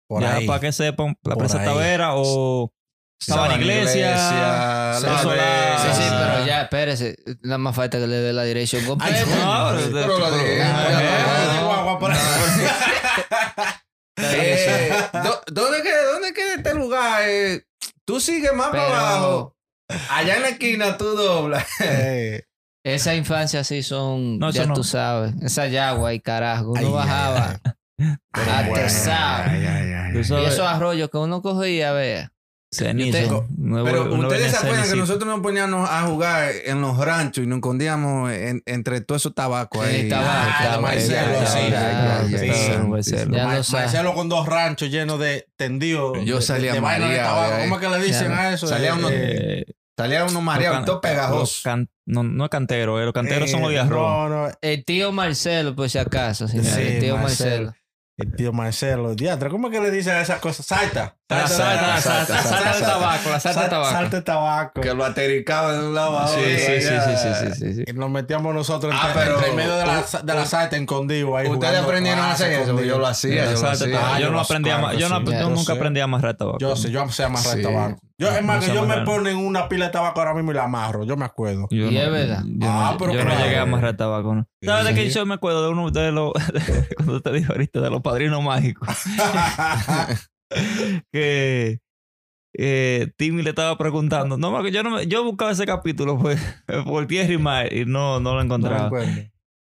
Speaker 3: Por
Speaker 1: ya
Speaker 3: ahí.
Speaker 1: para que sepan, la
Speaker 3: Por
Speaker 1: presa
Speaker 3: ahí.
Speaker 1: Tavera o Sabana Iglesia.
Speaker 4: Iglesia,
Speaker 1: eso
Speaker 4: la
Speaker 1: la-
Speaker 2: Sí, sí,
Speaker 4: Vega.
Speaker 2: pero ya, espérese. Nada más falta que le dé la dirección completa.
Speaker 3: Ay,
Speaker 1: No,
Speaker 3: no,
Speaker 1: pero-
Speaker 4: pero lo
Speaker 1: pero-
Speaker 4: dije,
Speaker 1: Ah,
Speaker 4: pero-
Speaker 1: ok.
Speaker 3: Ah, de guagua por ahí.
Speaker 4: Eh, ¿dó- ¿Dónde queda, dónde queda este lugar? Eh, tú sigues más
Speaker 2: Pero-
Speaker 4: para abajo. Allá en la esquina tú doblas.
Speaker 3: Eh,
Speaker 2: Esa infancia sí son,
Speaker 1: No, eso
Speaker 2: ya
Speaker 1: no.
Speaker 2: tú sabes. Esa yagua y carajo. Uno
Speaker 3: Ay, ay,
Speaker 2: bajaba.
Speaker 3: pero
Speaker 2: Ah,
Speaker 3: bueno.
Speaker 2: te sabe.
Speaker 4: Ay, ay, ay.
Speaker 1: Tú
Speaker 2: Y
Speaker 1: sabes,
Speaker 2: esos arroyos que uno cogía, vea.
Speaker 1: cenizo,
Speaker 2: tengo-
Speaker 1: nuevo-
Speaker 4: Pero
Speaker 1: nuevo
Speaker 4: ustedes se
Speaker 1: Venecia,
Speaker 4: acuerdan que
Speaker 1: cenicito.
Speaker 4: nosotros nos poníamos a jugar en los ranchos y nos escondíamos en- entre todos esos tabacos
Speaker 2: En
Speaker 4: ahí.
Speaker 2: el tabaco,
Speaker 3: Ah,
Speaker 2: tabaco,
Speaker 3: Marcelo,
Speaker 2: tabaco,
Speaker 3: sí,
Speaker 2: tabaco,
Speaker 3: claro,
Speaker 2: tabaco.
Speaker 3: sí.
Speaker 2: Ya
Speaker 3: Ma-
Speaker 2: lo sabes.
Speaker 3: Marcelo con dos ranchos llenos de tendido.
Speaker 4: Yo
Speaker 3: de-
Speaker 4: salía
Speaker 3: de, vaina de
Speaker 4: mareado,
Speaker 3: tabaco.
Speaker 4: ya,
Speaker 3: ¿Cómo es que le dicen
Speaker 2: ya.
Speaker 3: a eso?
Speaker 4: Salía uno-
Speaker 3: Eh,
Speaker 1: Eh,
Speaker 4: Salía uno mareado
Speaker 1: Los
Speaker 4: y todo
Speaker 1: can- los
Speaker 4: pegajoso.
Speaker 1: can- no, no es cantero, eh, los canteros
Speaker 3: eh,
Speaker 1: son los de arroz.
Speaker 3: No, no,
Speaker 2: El tío Marcelo, por si acaso, señor.
Speaker 3: Sí,
Speaker 2: el tío
Speaker 3: Marcelo.
Speaker 2: Marcelo.
Speaker 3: el tío Marcelo. Diatra, ¿cómo es que le dicen a esas cosas? Salta.
Speaker 1: La salta, la salta, la salta de tabaco, la salta de tabaco.
Speaker 3: Salta de tabaco.
Speaker 4: Que lo atericaba de un lado a otro.
Speaker 1: Sí, sí, sí, sí, sí, sí, sí, sí.
Speaker 3: Y nos metíamos nosotros
Speaker 4: Ah,
Speaker 3: entre,
Speaker 4: pero-
Speaker 3: entre medio de la, de la salta escondido ahí.
Speaker 4: Ustedes
Speaker 3: jugando
Speaker 4: aprendieron a
Speaker 3: clase
Speaker 4: hacer eso,
Speaker 3: escondido.
Speaker 4: porque yo lo hacía. Yo lo
Speaker 1: Exacto,
Speaker 4: hacía.
Speaker 3: Ah,
Speaker 1: yo
Speaker 3: yo
Speaker 1: no
Speaker 3: lo-
Speaker 1: aprendí a
Speaker 3: claro
Speaker 1: ama-
Speaker 3: que
Speaker 1: yo no,
Speaker 3: sí,
Speaker 1: yo
Speaker 3: ya, yo
Speaker 1: nunca
Speaker 3: sé.
Speaker 1: aprendí a amarrar tabaco.
Speaker 3: Yo sé, yo sé amarrar
Speaker 4: Sí.
Speaker 3: tabaco. Yo, es
Speaker 1: No
Speaker 3: más,
Speaker 1: sé
Speaker 3: que yo me
Speaker 1: amarrar.
Speaker 3: ponen una pila de tabaco ahora mismo y la amarro. Yo me acuerdo.
Speaker 1: Yo
Speaker 2: Y es verdad.
Speaker 1: Yo,
Speaker 3: Ah,
Speaker 1: no,
Speaker 3: pero
Speaker 1: yo no
Speaker 3: claro.
Speaker 1: llegué a amarrar tabaco. ¿no? ¿Sabes de
Speaker 3: Sí.
Speaker 1: qué yo me acuerdo? De uno de los. cuando te dije ahorita, de los padrinos mágicos. que. eh, Timmy le estaba preguntando. No, Marco, yo, no me- yo buscaba ese capítulo pues, por tierra y mar y no, no
Speaker 3: No
Speaker 1: lo
Speaker 3: me
Speaker 1: encontraba.
Speaker 3: acuerdo.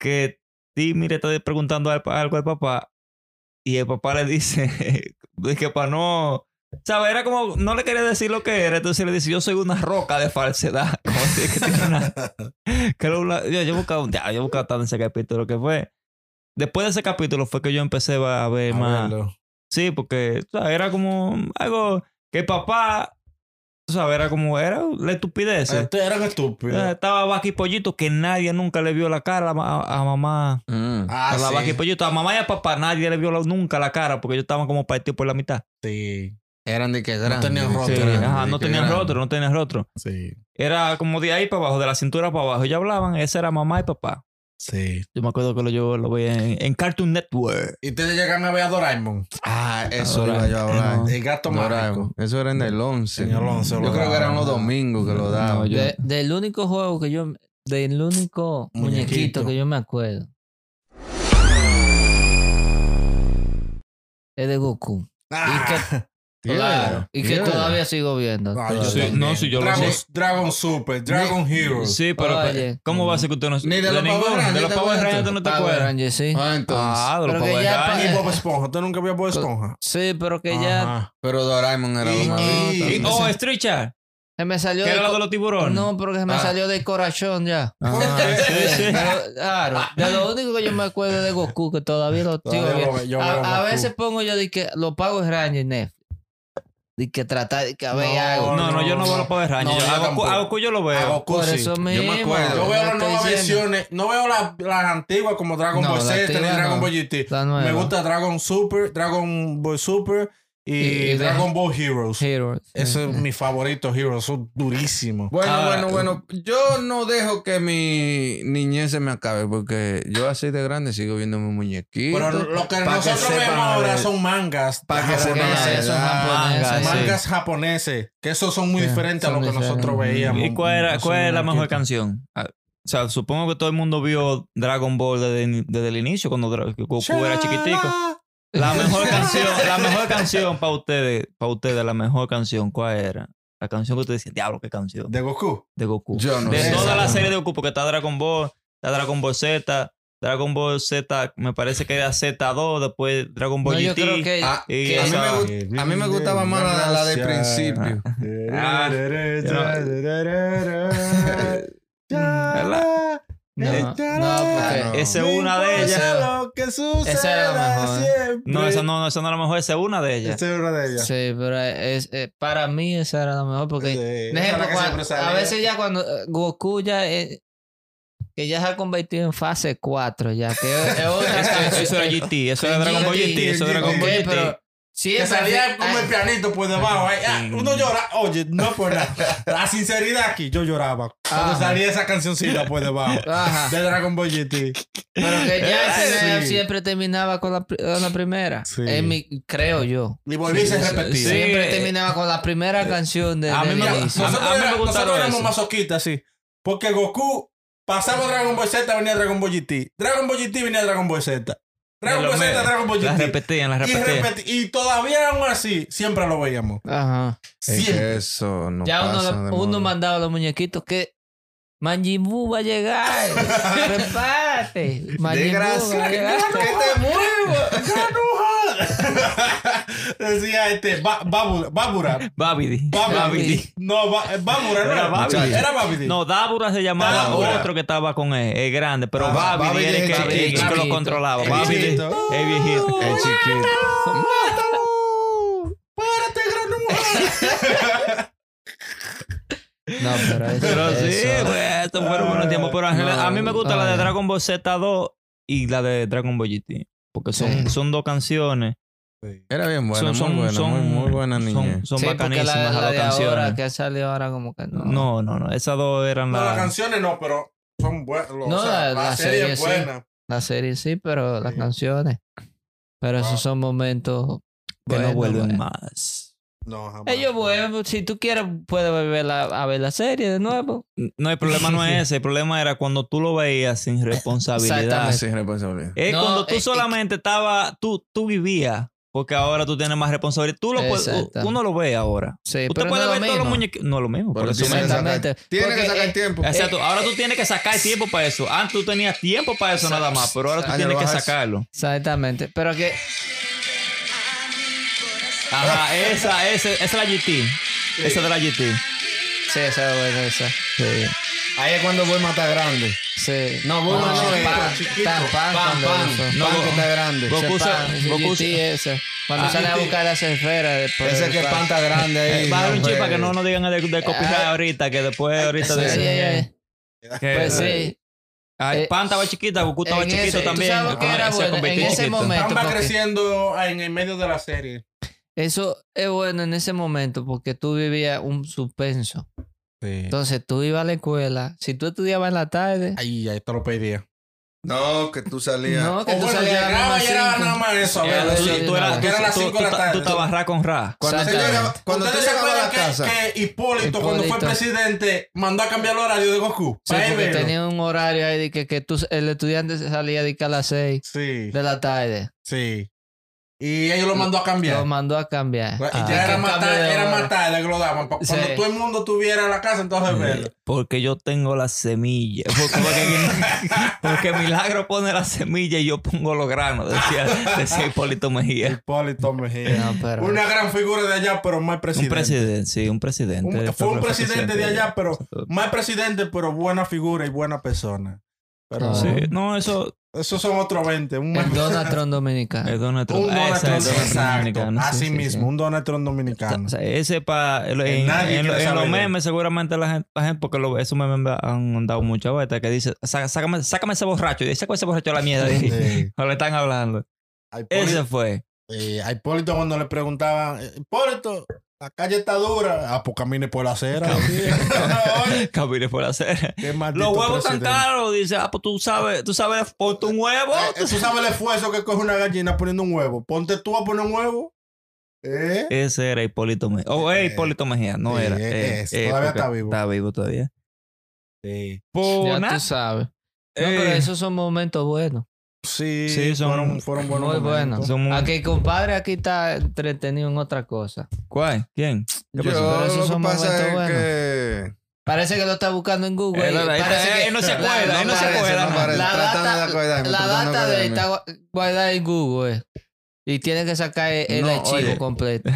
Speaker 1: que Timmy le está preguntando al- algo al papá y el papá le dice de que para no ¿Sabes? Era como, no le quería decir lo que era, entonces le dice, yo soy una roca de falsedad. Como si es que tiene una- que era una- yo, yo buscaba, ya, yo buscaba tanto ese capítulo que fue. Después de ese capítulo fue que yo empecé a ver
Speaker 3: A
Speaker 1: más.
Speaker 3: verlo.
Speaker 1: Sí, porque o sea, era como algo que el papá, o sea, era como, era la estupidez.
Speaker 3: Eh, tú eras estúpido.
Speaker 1: Eh, Estaba Vaca y Pollito que nadie nunca le vio la cara a, ma- a mamá.
Speaker 4: Mm.
Speaker 3: Ah,
Speaker 1: a la
Speaker 3: sí.
Speaker 1: Vaca y Pollito. A mamá y a papá nadie le vio la- nunca la cara porque ellos estaban como partidos por la mitad.
Speaker 3: Sí.
Speaker 4: Eran de que grandes.
Speaker 3: tenían
Speaker 4: de que
Speaker 3: rostro.
Speaker 1: Sí,
Speaker 4: grandes,
Speaker 1: ajá,
Speaker 4: de
Speaker 1: no
Speaker 4: que
Speaker 1: tenían
Speaker 4: grandes.
Speaker 1: rostro, no tenían rostro.
Speaker 3: Sí,
Speaker 1: Era como de ahí para abajo, de la cintura para abajo. Ellos hablaban, esa era mamá y papá.
Speaker 3: sí.
Speaker 1: Yo me acuerdo que lo, yo lo veía en, en Cartoon Network.
Speaker 3: ¿Y ustedes llegan a ver a Doraemon?
Speaker 4: Ah, eso
Speaker 1: Ahora,
Speaker 4: iba yo a hablar.
Speaker 1: no.
Speaker 3: El gato
Speaker 4: Doraemon.
Speaker 3: mágico.
Speaker 4: Eso era en el 11.
Speaker 3: En el 11 lo
Speaker 4: Yo creo que eran los
Speaker 3: daban.
Speaker 4: domingos que lo daban.
Speaker 1: yo-
Speaker 2: De- del único juego que yo. Del único
Speaker 3: Muñequito.
Speaker 2: muñequito que yo me acuerdo. Es de Goku.
Speaker 3: Ah,
Speaker 4: Yeah,
Speaker 2: Claro. Y que
Speaker 4: yeah.
Speaker 2: todavía sigo viendo.
Speaker 3: Ay,
Speaker 2: todavía.
Speaker 1: Ah, Sí,
Speaker 3: también.
Speaker 1: no, sí, yo lo
Speaker 3: Dragon,
Speaker 1: sé.
Speaker 3: Dragon Super, Dragon Heroes.
Speaker 1: Sí, pero
Speaker 2: Oye.
Speaker 1: ¿cómo va a ser que usted no
Speaker 4: Ni de los
Speaker 1: ninguno,
Speaker 4: Power Rangers
Speaker 1: de los
Speaker 4: te
Speaker 1: Power
Speaker 4: acuerdas.
Speaker 1: Rangers tú no te
Speaker 2: Power
Speaker 1: acuerdas?
Speaker 2: Rangers, sí.
Speaker 4: Ah, entonces.
Speaker 1: Ah, de los
Speaker 2: Pero que
Speaker 1: Power
Speaker 2: ya
Speaker 1: Rangers.
Speaker 3: Y Bob Esponja. ¿Usted nunca vio Bob Esponja?
Speaker 2: Sí, pero que ya
Speaker 3: Ajá.
Speaker 4: Pero Doraemon era lo
Speaker 3: Y-
Speaker 4: más
Speaker 3: y-
Speaker 4: visto.
Speaker 1: Y- Oh, Strichard,
Speaker 2: se me salió
Speaker 1: que era
Speaker 2: del
Speaker 1: la de los
Speaker 2: co-
Speaker 1: tiburones.
Speaker 2: No, porque se me
Speaker 4: Ah.
Speaker 2: salió del corazón ya.
Speaker 1: Ah, sí, sí.
Speaker 2: Pero, claro, de lo único que yo me acuerdo es de Goku, que todavía lo sigo
Speaker 3: Todavía
Speaker 2: viendo.
Speaker 3: lo- yo veo
Speaker 2: A, a
Speaker 3: Goku.
Speaker 2: veces pongo yo de que lo pago es Ranger Netflix. De que tratar de que a ver
Speaker 3: No,
Speaker 2: algo.
Speaker 1: No, no, yo no veo a los Power Rangers.
Speaker 3: No,
Speaker 1: Yo
Speaker 3: yo
Speaker 1: a Goku- a
Speaker 3: tampoco.
Speaker 1: Goku yo lo
Speaker 3: A
Speaker 1: veo.
Speaker 3: Goku,
Speaker 2: Por
Speaker 3: sí.
Speaker 2: eso
Speaker 4: me
Speaker 2: mismo.
Speaker 4: acuerdo.
Speaker 3: Yo veo
Speaker 2: te
Speaker 3: las
Speaker 2: estoy
Speaker 3: nuevas
Speaker 2: diciendo.
Speaker 3: versiones. No veo las, las antiguas como Dragon
Speaker 2: No,
Speaker 3: Ball
Speaker 2: la
Speaker 3: Z ni
Speaker 2: antigua
Speaker 3: Dragon
Speaker 2: no.
Speaker 3: Ball GT.
Speaker 2: La nueva.
Speaker 3: Me gusta Dragon Super, Dragon Ball Super y,
Speaker 2: Y- y de-
Speaker 3: Dragon Ball Heroes.
Speaker 2: Heroes.
Speaker 3: Ese es mi favorito, Heroes. Son durísimos.
Speaker 4: Bueno,
Speaker 1: Ahora-
Speaker 4: bueno, bueno. Yo no dejo que mi niñez se me acabe porque yo así de grande sigo viendo mi muñequito.
Speaker 3: Pero lo que
Speaker 4: Pa'
Speaker 3: nosotros
Speaker 4: sepan
Speaker 3: vemos ahora
Speaker 4: la-
Speaker 3: son mangas.
Speaker 4: Pa' que
Speaker 3: japoneses.
Speaker 4: sepan la
Speaker 2: Japoneses, son
Speaker 4: verdad.
Speaker 3: ah,
Speaker 2: japoneses.
Speaker 1: Manga,
Speaker 3: Mangas japoneses. Que esos son muy
Speaker 2: Sí,
Speaker 3: diferentes a lo
Speaker 2: son
Speaker 3: que
Speaker 2: diferentes.
Speaker 3: nosotros veíamos.
Speaker 1: ¿Y cuál era,
Speaker 3: Son
Speaker 1: cuál era la mejor
Speaker 3: muñequitos.
Speaker 1: canción? Ah, O sea, supongo que todo el mundo vio Dragon Ball desde, desde el inicio, cuando Dra- Goku era chiquitico. La mejor canción, la mejor canción para ustedes, para ustedes, la mejor canción, ¿cuál era? La canción que ustedes decían, diablo, qué canción,
Speaker 3: De Goku.
Speaker 1: de Goku.
Speaker 4: Yo no
Speaker 1: de
Speaker 4: sé.
Speaker 1: toda la
Speaker 3: esa.
Speaker 1: serie de Goku, porque está Dragon Ball, está Dragon Ball Z, Dragon Ball Z, me parece que era Z2, después Dragon Ball
Speaker 2: No, yo
Speaker 1: GT.
Speaker 2: creo que.
Speaker 4: Ah,
Speaker 1: y,
Speaker 2: que-
Speaker 1: o
Speaker 4: a, mí
Speaker 1: sea,
Speaker 4: me gust- a mí me gustaba más la, la del principio.
Speaker 1: Ah, ¿Verdad?
Speaker 2: No, no,
Speaker 3: Ah,
Speaker 2: porque-
Speaker 1: Esa es una de
Speaker 2: ellas.
Speaker 3: Lo que suceda
Speaker 2: Esa era la mejor.
Speaker 3: siempre.
Speaker 1: No, esa no, no, esa no es la mejor, esa es una de ellas.
Speaker 3: Esa es una de ellas.
Speaker 2: Sí, pero es, eh, para mí esa era la mejor porque.
Speaker 3: Sí,
Speaker 2: Un
Speaker 3: esa es
Speaker 2: ejemplo,
Speaker 3: la que
Speaker 2: cuando-
Speaker 3: siempre
Speaker 2: a
Speaker 3: sale.
Speaker 2: veces ya cuando eh, Goku ya eh, que ya se ha convertido en fase 4 ya que es, es otra
Speaker 1: Eso,
Speaker 2: canción.
Speaker 1: eso era GT, eso era
Speaker 2: Sí,
Speaker 1: Dragon Ball
Speaker 2: GT,
Speaker 1: GT, eso era Dragon
Speaker 2: Ok,
Speaker 1: Ball
Speaker 2: pero
Speaker 1: GT.
Speaker 2: siempre
Speaker 3: Que salía
Speaker 2: al fin-
Speaker 3: como el
Speaker 2: al-
Speaker 3: pianito por debajo. ahí, ah,
Speaker 1: eh, Sí.
Speaker 3: uno llora. Oye, no por nada. La sinceridad aquí, yo lloraba. Cuando
Speaker 2: Ajá.
Speaker 3: salía esa cancioncita por debajo.
Speaker 2: Ajá,
Speaker 3: De Dragon Ball GT.
Speaker 2: pero que ya
Speaker 3: Sí.
Speaker 2: ese siempre terminaba con la, pri- con la primera.
Speaker 3: Sí.
Speaker 2: En mi- creo yo.
Speaker 3: Y volviste a repetir.
Speaker 1: sí.
Speaker 2: Siempre
Speaker 1: eh,
Speaker 2: terminaba con la primera canción de.
Speaker 1: a
Speaker 2: del
Speaker 1: mí me-
Speaker 2: inicio.
Speaker 1: a-
Speaker 3: Nosotros,
Speaker 1: mí me
Speaker 3: era-
Speaker 1: gustaron
Speaker 3: nosotros éramos
Speaker 1: esos.
Speaker 3: masoquistas, sí. Porque Goku pasaba Dragon Ball Z, venía Dragon Ball GT. Dragon Ball GT venía Dragon Ball Z. Dragon
Speaker 1: Lo
Speaker 3: Ball Z,
Speaker 1: me-
Speaker 3: Dragon Ball
Speaker 1: Las
Speaker 3: GT.
Speaker 1: repetían, las
Speaker 3: Y,
Speaker 1: repetían.
Speaker 3: repeti- y todavía aún así, siempre lo veíamos.
Speaker 2: Ajá.
Speaker 4: Es
Speaker 3: Siempre.
Speaker 4: que eso no
Speaker 2: Ya uno,
Speaker 4: pasa de
Speaker 2: uno
Speaker 4: moda.
Speaker 2: mandaba a los muñequitos que Majin Buu va a llegar. Prepárate. Majin Buu va a llegar.
Speaker 3: te muevo! ¡Ganuja! Decía este, Ba- Babu- Babura. Babidi.
Speaker 1: Babidi. Babidi.
Speaker 3: No, Ba- eh, Babura, no
Speaker 1: Era
Speaker 3: era Babidi.
Speaker 1: Babidi.
Speaker 3: Era Babidi.
Speaker 1: No, Dabura se llamaba
Speaker 3: Dabura.
Speaker 1: otro que estaba con él, el grande, pero
Speaker 3: Ah,
Speaker 1: Babidi
Speaker 4: Babidi
Speaker 1: era el
Speaker 4: es
Speaker 1: que,
Speaker 4: el
Speaker 1: el que
Speaker 2: chiquito.
Speaker 1: lo controlaba.
Speaker 3: El
Speaker 1: Babidi, el
Speaker 3: chiquito.
Speaker 1: viejito.
Speaker 4: Es chiquito.
Speaker 3: ¡Mátalo! ¡Párate, granuja!
Speaker 2: No, pero eso.
Speaker 1: Pero sí,
Speaker 2: eso-
Speaker 1: pues, estos fueron buenos tiempos. Pero en realidad, a mí me gusta la de
Speaker 2: Ay.
Speaker 1: Dragon Ball Z2 y la de Dragon Ball GT. Porque son,
Speaker 2: Sí.
Speaker 1: son dos canciones.
Speaker 4: Era bien buena,
Speaker 1: son, son,
Speaker 4: muy buena,
Speaker 1: son,
Speaker 4: muy, muy buena
Speaker 1: son-
Speaker 4: niña.
Speaker 1: Son,
Speaker 2: Sí, porque
Speaker 1: bacanísimas
Speaker 2: la,
Speaker 1: las
Speaker 2: la
Speaker 1: dos
Speaker 2: de ahora
Speaker 1: canciones.
Speaker 2: que ha salido ahora como que no.
Speaker 1: No, no, no. Esas dos eran
Speaker 3: No, las
Speaker 1: las.
Speaker 3: canciones no, pero son buenas. lo-
Speaker 2: No,
Speaker 3: o sea,
Speaker 2: la-
Speaker 3: la,
Speaker 2: la
Speaker 3: serie, es
Speaker 2: serie sí.
Speaker 3: buena.
Speaker 2: La serie sí, pero las
Speaker 3: Sí.
Speaker 2: canciones. Pero
Speaker 3: Wow.
Speaker 2: esos son momentos
Speaker 1: que no
Speaker 2: bueno,
Speaker 1: vuelven
Speaker 2: bueno.
Speaker 1: más.
Speaker 3: No, jamás.
Speaker 2: Ellos vuelven, si tú quieres, puedes volver a, a ver la serie de nuevo.
Speaker 1: No, el problema no es ese. El problema era cuando tú lo veías sin responsabilidad.
Speaker 4: Ah, sí, responsabilidad.
Speaker 1: Es
Speaker 2: No,
Speaker 1: cuando tú
Speaker 2: eh, eh,
Speaker 1: solamente estabas, tú, tú vivías, porque ahora tú tienes más responsabilidad. Tú lo puedes,
Speaker 2: Exacto.
Speaker 1: uno lo ve ahora.
Speaker 2: Sí,
Speaker 1: Usted
Speaker 2: pero
Speaker 1: puede
Speaker 2: no
Speaker 1: ver
Speaker 2: lo
Speaker 1: todos los
Speaker 2: mismo.
Speaker 1: muñequitos. No es lo mismo. por
Speaker 4: Pero
Speaker 1: eso
Speaker 4: tiene que
Speaker 1: mismo.
Speaker 4: sacar-
Speaker 2: Exactamente.
Speaker 4: Tiene que
Speaker 2: Porque,
Speaker 4: sacar
Speaker 2: eh,
Speaker 4: tiempo.
Speaker 1: Exacto. Ahora tú tienes que sacar tiempo para eso. Antes tú tenías tiempo para eso nada más, pero ahora tú
Speaker 4: Ah, ya
Speaker 1: tienes
Speaker 4: lo
Speaker 1: que
Speaker 4: bajas.
Speaker 1: sacarlo.
Speaker 2: Exactamente. Pero que.
Speaker 1: Ajá, esa, esa, esa es la GT. Esa de la GT.
Speaker 2: Sí, esa es buena, esa.
Speaker 1: Sí.
Speaker 4: Ahí es cuando voy a matar grande.
Speaker 2: Sí.
Speaker 4: No, Bulma no,
Speaker 2: Pan,
Speaker 4: eh,
Speaker 2: pan,
Speaker 3: chiquito.
Speaker 2: Pan, pan,
Speaker 4: Pan,
Speaker 2: cuando
Speaker 4: pan.
Speaker 2: hizo.
Speaker 1: No,
Speaker 4: pan que
Speaker 1: Go-
Speaker 4: está grande.
Speaker 1: Goku
Speaker 4: Ese
Speaker 1: usa-
Speaker 4: pan.
Speaker 2: Pan,
Speaker 1: Goku
Speaker 2: GT
Speaker 1: usa-
Speaker 2: esa. Cuando
Speaker 1: Ah,
Speaker 2: sale a
Speaker 1: GT.
Speaker 2: buscar las esferas después.
Speaker 4: Ese que
Speaker 2: del pan.
Speaker 4: panta grande ahí.
Speaker 1: Bajar un
Speaker 4: no,
Speaker 1: chip
Speaker 4: pues,
Speaker 1: para que no nos digan de, de copyright
Speaker 2: Ah. Ay.
Speaker 1: ahorita, que después ahorita
Speaker 2: Sí,
Speaker 1: de.
Speaker 2: sí, eh, sí.
Speaker 1: que-
Speaker 2: Pues sí.
Speaker 1: Ay,
Speaker 2: Eh,
Speaker 1: Pan estaba chiquita, Goku estaba
Speaker 2: en
Speaker 1: chiquito
Speaker 2: ese- ¿tú
Speaker 1: también.
Speaker 2: sabes lo que
Speaker 1: Ah,
Speaker 2: era
Speaker 1: se
Speaker 2: bueno?
Speaker 1: convirtió
Speaker 2: En ese
Speaker 1: chiquito.
Speaker 2: momento,
Speaker 3: Ambas
Speaker 2: porque-
Speaker 3: creciendo en el medio de la serie.
Speaker 2: Eso es bueno en ese momento porque tú vivías un suspenso.
Speaker 3: Sí.
Speaker 2: Entonces tú ibas a la escuela. Si tú estudiabas en la tarde,
Speaker 3: Ay, ahí te lo pedía.
Speaker 4: No, que tú salías.
Speaker 2: no, que
Speaker 3: O
Speaker 2: tú
Speaker 3: Oh, bueno,
Speaker 2: salías a las
Speaker 3: llegaba y era
Speaker 2: cinco.
Speaker 3: nada más eso. a
Speaker 2: Ya,
Speaker 3: ver,
Speaker 2: sí,
Speaker 3: Eh, sí,
Speaker 1: tú eras-
Speaker 3: Porque eran las
Speaker 1: tú-
Speaker 3: 5 de la
Speaker 1: tú-
Speaker 3: tarde.
Speaker 1: Tú estabas ra con ra.
Speaker 4: Cuando tú
Speaker 2: Exactamente.
Speaker 4: llegabas, cuando tú
Speaker 3: ¿Ustedes se
Speaker 4: llegabas a
Speaker 3: acuerdan
Speaker 4: la
Speaker 3: que,
Speaker 4: casa.
Speaker 3: que Hipólito, cuando fue
Speaker 2: Hipólito.
Speaker 3: presidente, mandó a cambiar el horario de Goku?
Speaker 2: Sí,
Speaker 3: Para él
Speaker 2: porque
Speaker 3: verlo.
Speaker 2: tenía un horario ahí de que, que tú, el estudiante se salía de que a las 6
Speaker 3: Sí,
Speaker 2: de la tarde.
Speaker 3: sí. Y ellos lo mandó a cambiar.
Speaker 2: Lo mandó a cambiar.
Speaker 3: Y
Speaker 2: Ah.
Speaker 3: ya
Speaker 2: Que
Speaker 3: era más
Speaker 2: cambio de
Speaker 3: tarde, era
Speaker 2: hora.
Speaker 3: más tarde que lo daban. Pa-
Speaker 2: Sí.
Speaker 3: Cuando todo el mundo tuviera la casa, entonces verlo.
Speaker 1: Porque yo tengo la semilla. Porque, porque- porque Milagro pone la semilla y yo pongo los granos, decía, decía Hipólito Mejía.
Speaker 3: Hipólito Mejía.
Speaker 2: No, pero-
Speaker 3: Una gran figura de allá, pero mal
Speaker 1: Un
Speaker 3: presidente.
Speaker 1: presidente, sí, un presidente.
Speaker 3: Un- fue un presidente de allá, pero mal presidente, pero buena figura y buena persona. Pero
Speaker 2: Ah.
Speaker 1: Sí, no, eso
Speaker 3: esos son otros 20. Un,
Speaker 2: El Donald Trump dominicano.
Speaker 1: es Donald
Speaker 3: Ah.
Speaker 1: Trump.
Speaker 3: un Donald
Speaker 1: Esa
Speaker 3: Trump.
Speaker 1: es Donald Trump
Speaker 3: Exacto.
Speaker 1: dominicano, sí,
Speaker 3: Así
Speaker 1: sí, sí.
Speaker 3: mismo, un Donald Trump dominicano.
Speaker 1: O sea, ese para
Speaker 3: Que
Speaker 1: en,
Speaker 3: nadie
Speaker 1: en-
Speaker 3: quiere
Speaker 1: en los
Speaker 3: saber de él.
Speaker 1: memes seguramente la gente, la gente- porque lo- esos memes han dado mucha vuelta que dice "Sá- sácame, sácame ese borracho y dice sácame ese borracho a la mierda y-
Speaker 3: Sí.
Speaker 1: o le están hablando
Speaker 3: A
Speaker 1: ese
Speaker 3: Eh, Hipólito,
Speaker 1: fue
Speaker 3: eh, a Hipólito cuando le preguntaban, eh, Hipólito, la calle está dura. Ah, pues camine por la acera. Oye,
Speaker 1: camine por hacer
Speaker 3: qué maldito
Speaker 1: los huevos están
Speaker 3: presidente.
Speaker 1: caros dice ah pues tú sabes tú sabes ponte un huevo
Speaker 3: Eh, eh, Tú sabes el esfuerzo que coge una gallina poniendo un huevo. Ponte tú a poner un huevo. ¿Eh?
Speaker 1: ese era Hipólito Mejía oh eh,
Speaker 3: Eh,
Speaker 1: Hipólito Mejía no
Speaker 3: eh,
Speaker 1: era
Speaker 3: eh,
Speaker 1: eh,
Speaker 3: es,
Speaker 1: eh,
Speaker 3: todavía
Speaker 1: porque
Speaker 3: está vivo.
Speaker 1: está vivo todavía
Speaker 3: Sí.
Speaker 1: Pues
Speaker 2: Ya
Speaker 1: nada,
Speaker 2: tú sabes. No,
Speaker 1: eh,
Speaker 2: pero esos son momentos buenos.
Speaker 3: Sí,
Speaker 1: Sí, son-
Speaker 3: fueron, fueron buenos.
Speaker 2: muy
Speaker 3: momentos.
Speaker 2: buenos.
Speaker 1: son muy-
Speaker 2: A que el compadre aquí está entretenido en otra cosa.
Speaker 1: ¿cuál? ¿quién? ¿Qué
Speaker 4: Yo,
Speaker 1: pasó?
Speaker 2: Pero esos
Speaker 4: lo
Speaker 2: son
Speaker 4: que pasa es
Speaker 2: momentos
Speaker 4: que.
Speaker 2: Parece que lo está buscando en Google.
Speaker 1: Él- él-
Speaker 2: Parece
Speaker 1: él-
Speaker 2: que-
Speaker 1: él no se
Speaker 2: la-
Speaker 1: acuerda,
Speaker 2: la-
Speaker 1: él no se
Speaker 2: parece,
Speaker 1: acuerda, no.
Speaker 4: parece.
Speaker 2: La
Speaker 4: Tratando de
Speaker 2: data-
Speaker 4: acordarme,
Speaker 2: la
Speaker 4: tratando de
Speaker 2: data de él
Speaker 4: acordarme.
Speaker 2: está gua- guardada en Google. eh, Y tiene que sacar el
Speaker 4: No,
Speaker 2: archivo
Speaker 4: oye.
Speaker 2: completo.